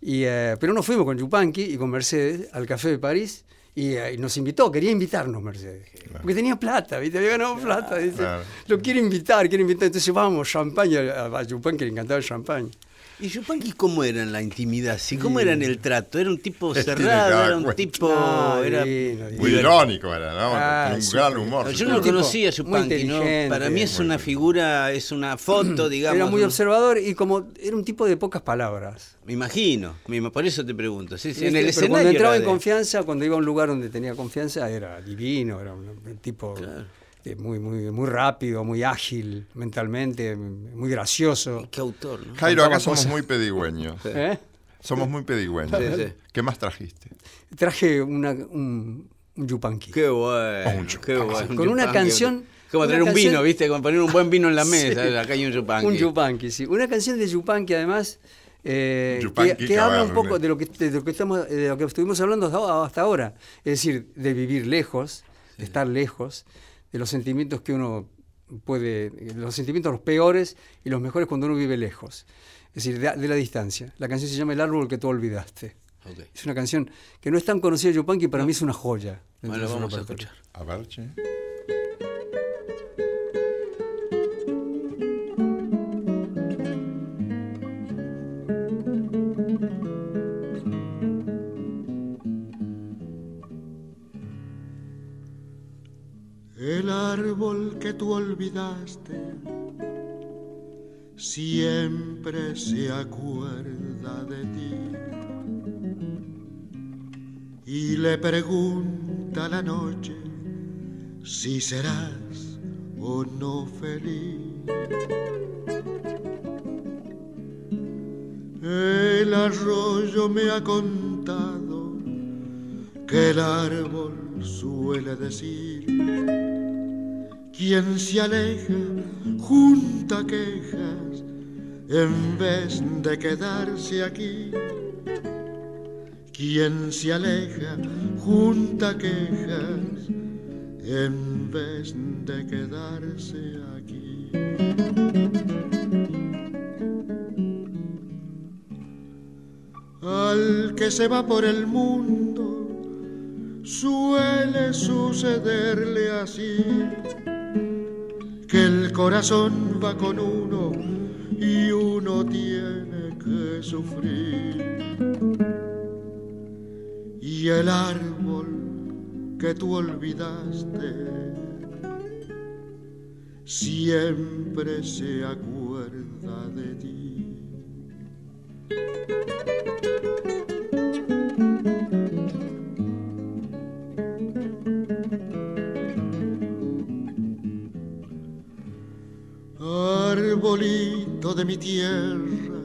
D: Y, eh, pero nos fuimos con Yupanqui y con Mercedes al Café de París y, eh, y nos invitó, quería invitarnos Mercedes. Porque tenía plata, ¿viste? había ganado plata. Dice,
C: Claro.
D: Lo quiere invitar, quiere invitar. Entonces vamos, champaña, a, a Yupanqui le encantaba el champaña.
B: ¿Y Yupanqui cómo era en la intimidad? ¿Sí? ¿Cómo era en el trato? ¿Era un tipo
C: Este de
B: cerrado?
C: cada
B: ¿Era un
C: cuento.
B: tipo...?
D: Ah,
B: era
D: divino, divino.
C: Muy irónico era, ¿no?
D: Ah,
C: Tenía un
D: sí.
C: gran humor.
B: No,
C: sí,
B: yo
D: un
B: no
C: tenía.
B: lo
D: tipo
B: conocía a
D: muy
B: Yupanqui, ¿no?
D: inteligente.
B: Para mí es
C: Muy
B: una
C: inteligente.
B: figura, es una foto, digamos.
D: Era muy
B: ¿no?
D: observador y como era un tipo de pocas palabras.
B: Me imagino, me ima- por eso te pregunto. Sí,
D: ¿Viste?
B: sí, en el
D: Pero
B: escenario
D: cuando entraba
B: era
D: en
B: de-
D: confianza, cuando iba a un lugar donde tenía confianza, era divino, era un un tipo de muy, muy, muy rápido, muy ágil mentalmente, muy gracioso.
B: Qué autor, ¿no?
C: Jairo, acá
D: Contaba
C: somos
D: cosas.
C: muy pedigüeños.
D: ¿Eh?
C: Somos muy pedigüeños.
B: Sí, sí.
C: ¿Qué más trajiste?
D: Traje una, un, un yupanqui.
B: Qué bueno, qué bueno.
D: Oh, Con una
B: Yupanqui.
D: canción-
B: Como
D: una
B: tener un
D: canción-
B: vino, ¿viste? Como poner un buen vino en
D: *laughs*
B: la
D: Sí.
B: mesa. Acá hay un Yupanqui.
D: Un yupanqui, sí. Una canción de yupanqui, además, eh,
C: Yupanqui
D: que, que habla un
C: Cabarne.
D: poco de lo que, de lo que estamos, eh, de lo que estuvimos hablando hasta- hasta ahora. Es decir, de vivir lejos, de estar lejos, de los sentimientos que uno puede, los sentimientos los peores y los mejores cuando uno vive lejos. Es decir, de, de la distancia. La canción se llama El árbol que tú olvidaste.
B: Ok.
D: Es una canción que no es tan conocida de Yupanqui, para mí es una joya. dentro
B: Bueno,
D: de
B: lo
D: su
B: vamos a
D: repertorio.
B: escuchar.
C: A ver, che.
G: El árbol que tú olvidaste siempre se acuerda de ti y le pregunta a la noche si serás o no feliz. El arroyo me ha contado que el árbol suele decir quien se aleja junta quejas en vez de quedarse aquí. Quien se aleja junta quejas en vez de quedarse aquí. Al que se va por el mundo suele sucederle así que el corazón va con uno y uno tiene que sufrir. Y el árbol que tú olvidaste siempre se acuerda de ti. Arbolito de mi tierra,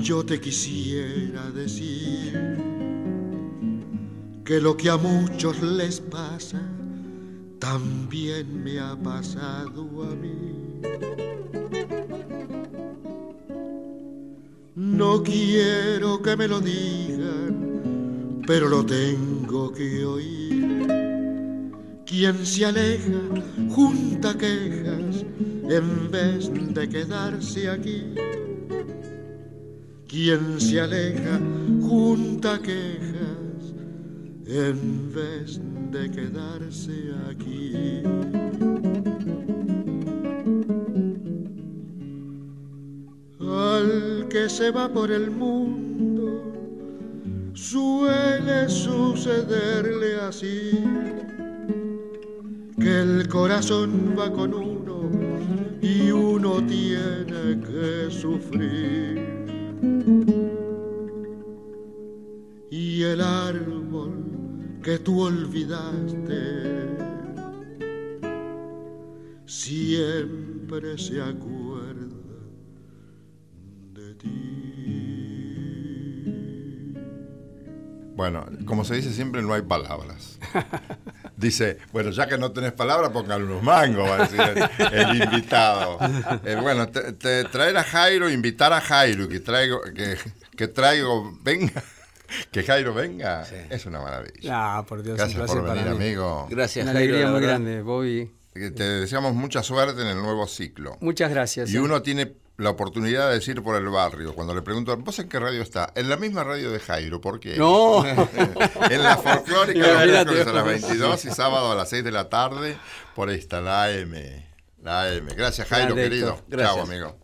G: yo te quisiera decir que lo que a muchos les pasa también me ha pasado a mí. No quiero que me lo digan, pero lo tengo que oír. Quien se aleja junta quejas en vez de quedarse aquí. Quien se aleja junta quejas en vez de quedarse aquí. Al que se va por el mundo suele sucederle así que el corazón va con uno y uno tiene que sufrir. Y el árbol que tú olvidaste siempre se acuerda de ti.
C: Bueno, como se dice siempre, no hay
D: *laughs*
C: palabras. Dice, bueno, ya que no tenés palabras, póngale unos mangos, va a decir el, el invitado. Eh, bueno, te, te- traer a Jairo, invitar a Jairo, que traigo, que, que traigo, venga, que Jairo venga, es una maravilla.
D: Ah, por Dios,
C: Gracias
D: un
C: por
D: placer
C: venir,
D: para mí.
C: amigo.
B: Gracias,
D: Una
B: Jairo,
D: alegría
B: la
D: muy
B: verdad.
D: grande, Bobby.
C: Eh, Te deseamos mucha suerte en el nuevo ciclo.
D: Muchas gracias. eh.
C: Y uno tiene la oportunidad de decir por el barrio, cuando le pregunto, ¿vos en qué radio está? En la misma radio de Jairo, ¿por qué?
D: No.
C: *laughs* en la folclórica los
D: Imagínate.
C: miércoles a las 22 y sábado a las 6 de la tarde por esta, la AM. La AM. Gracias Jairo,
D: Grande,
C: querido.
D: Héctor.
C: Chao,
B: Gracias.
C: amigo.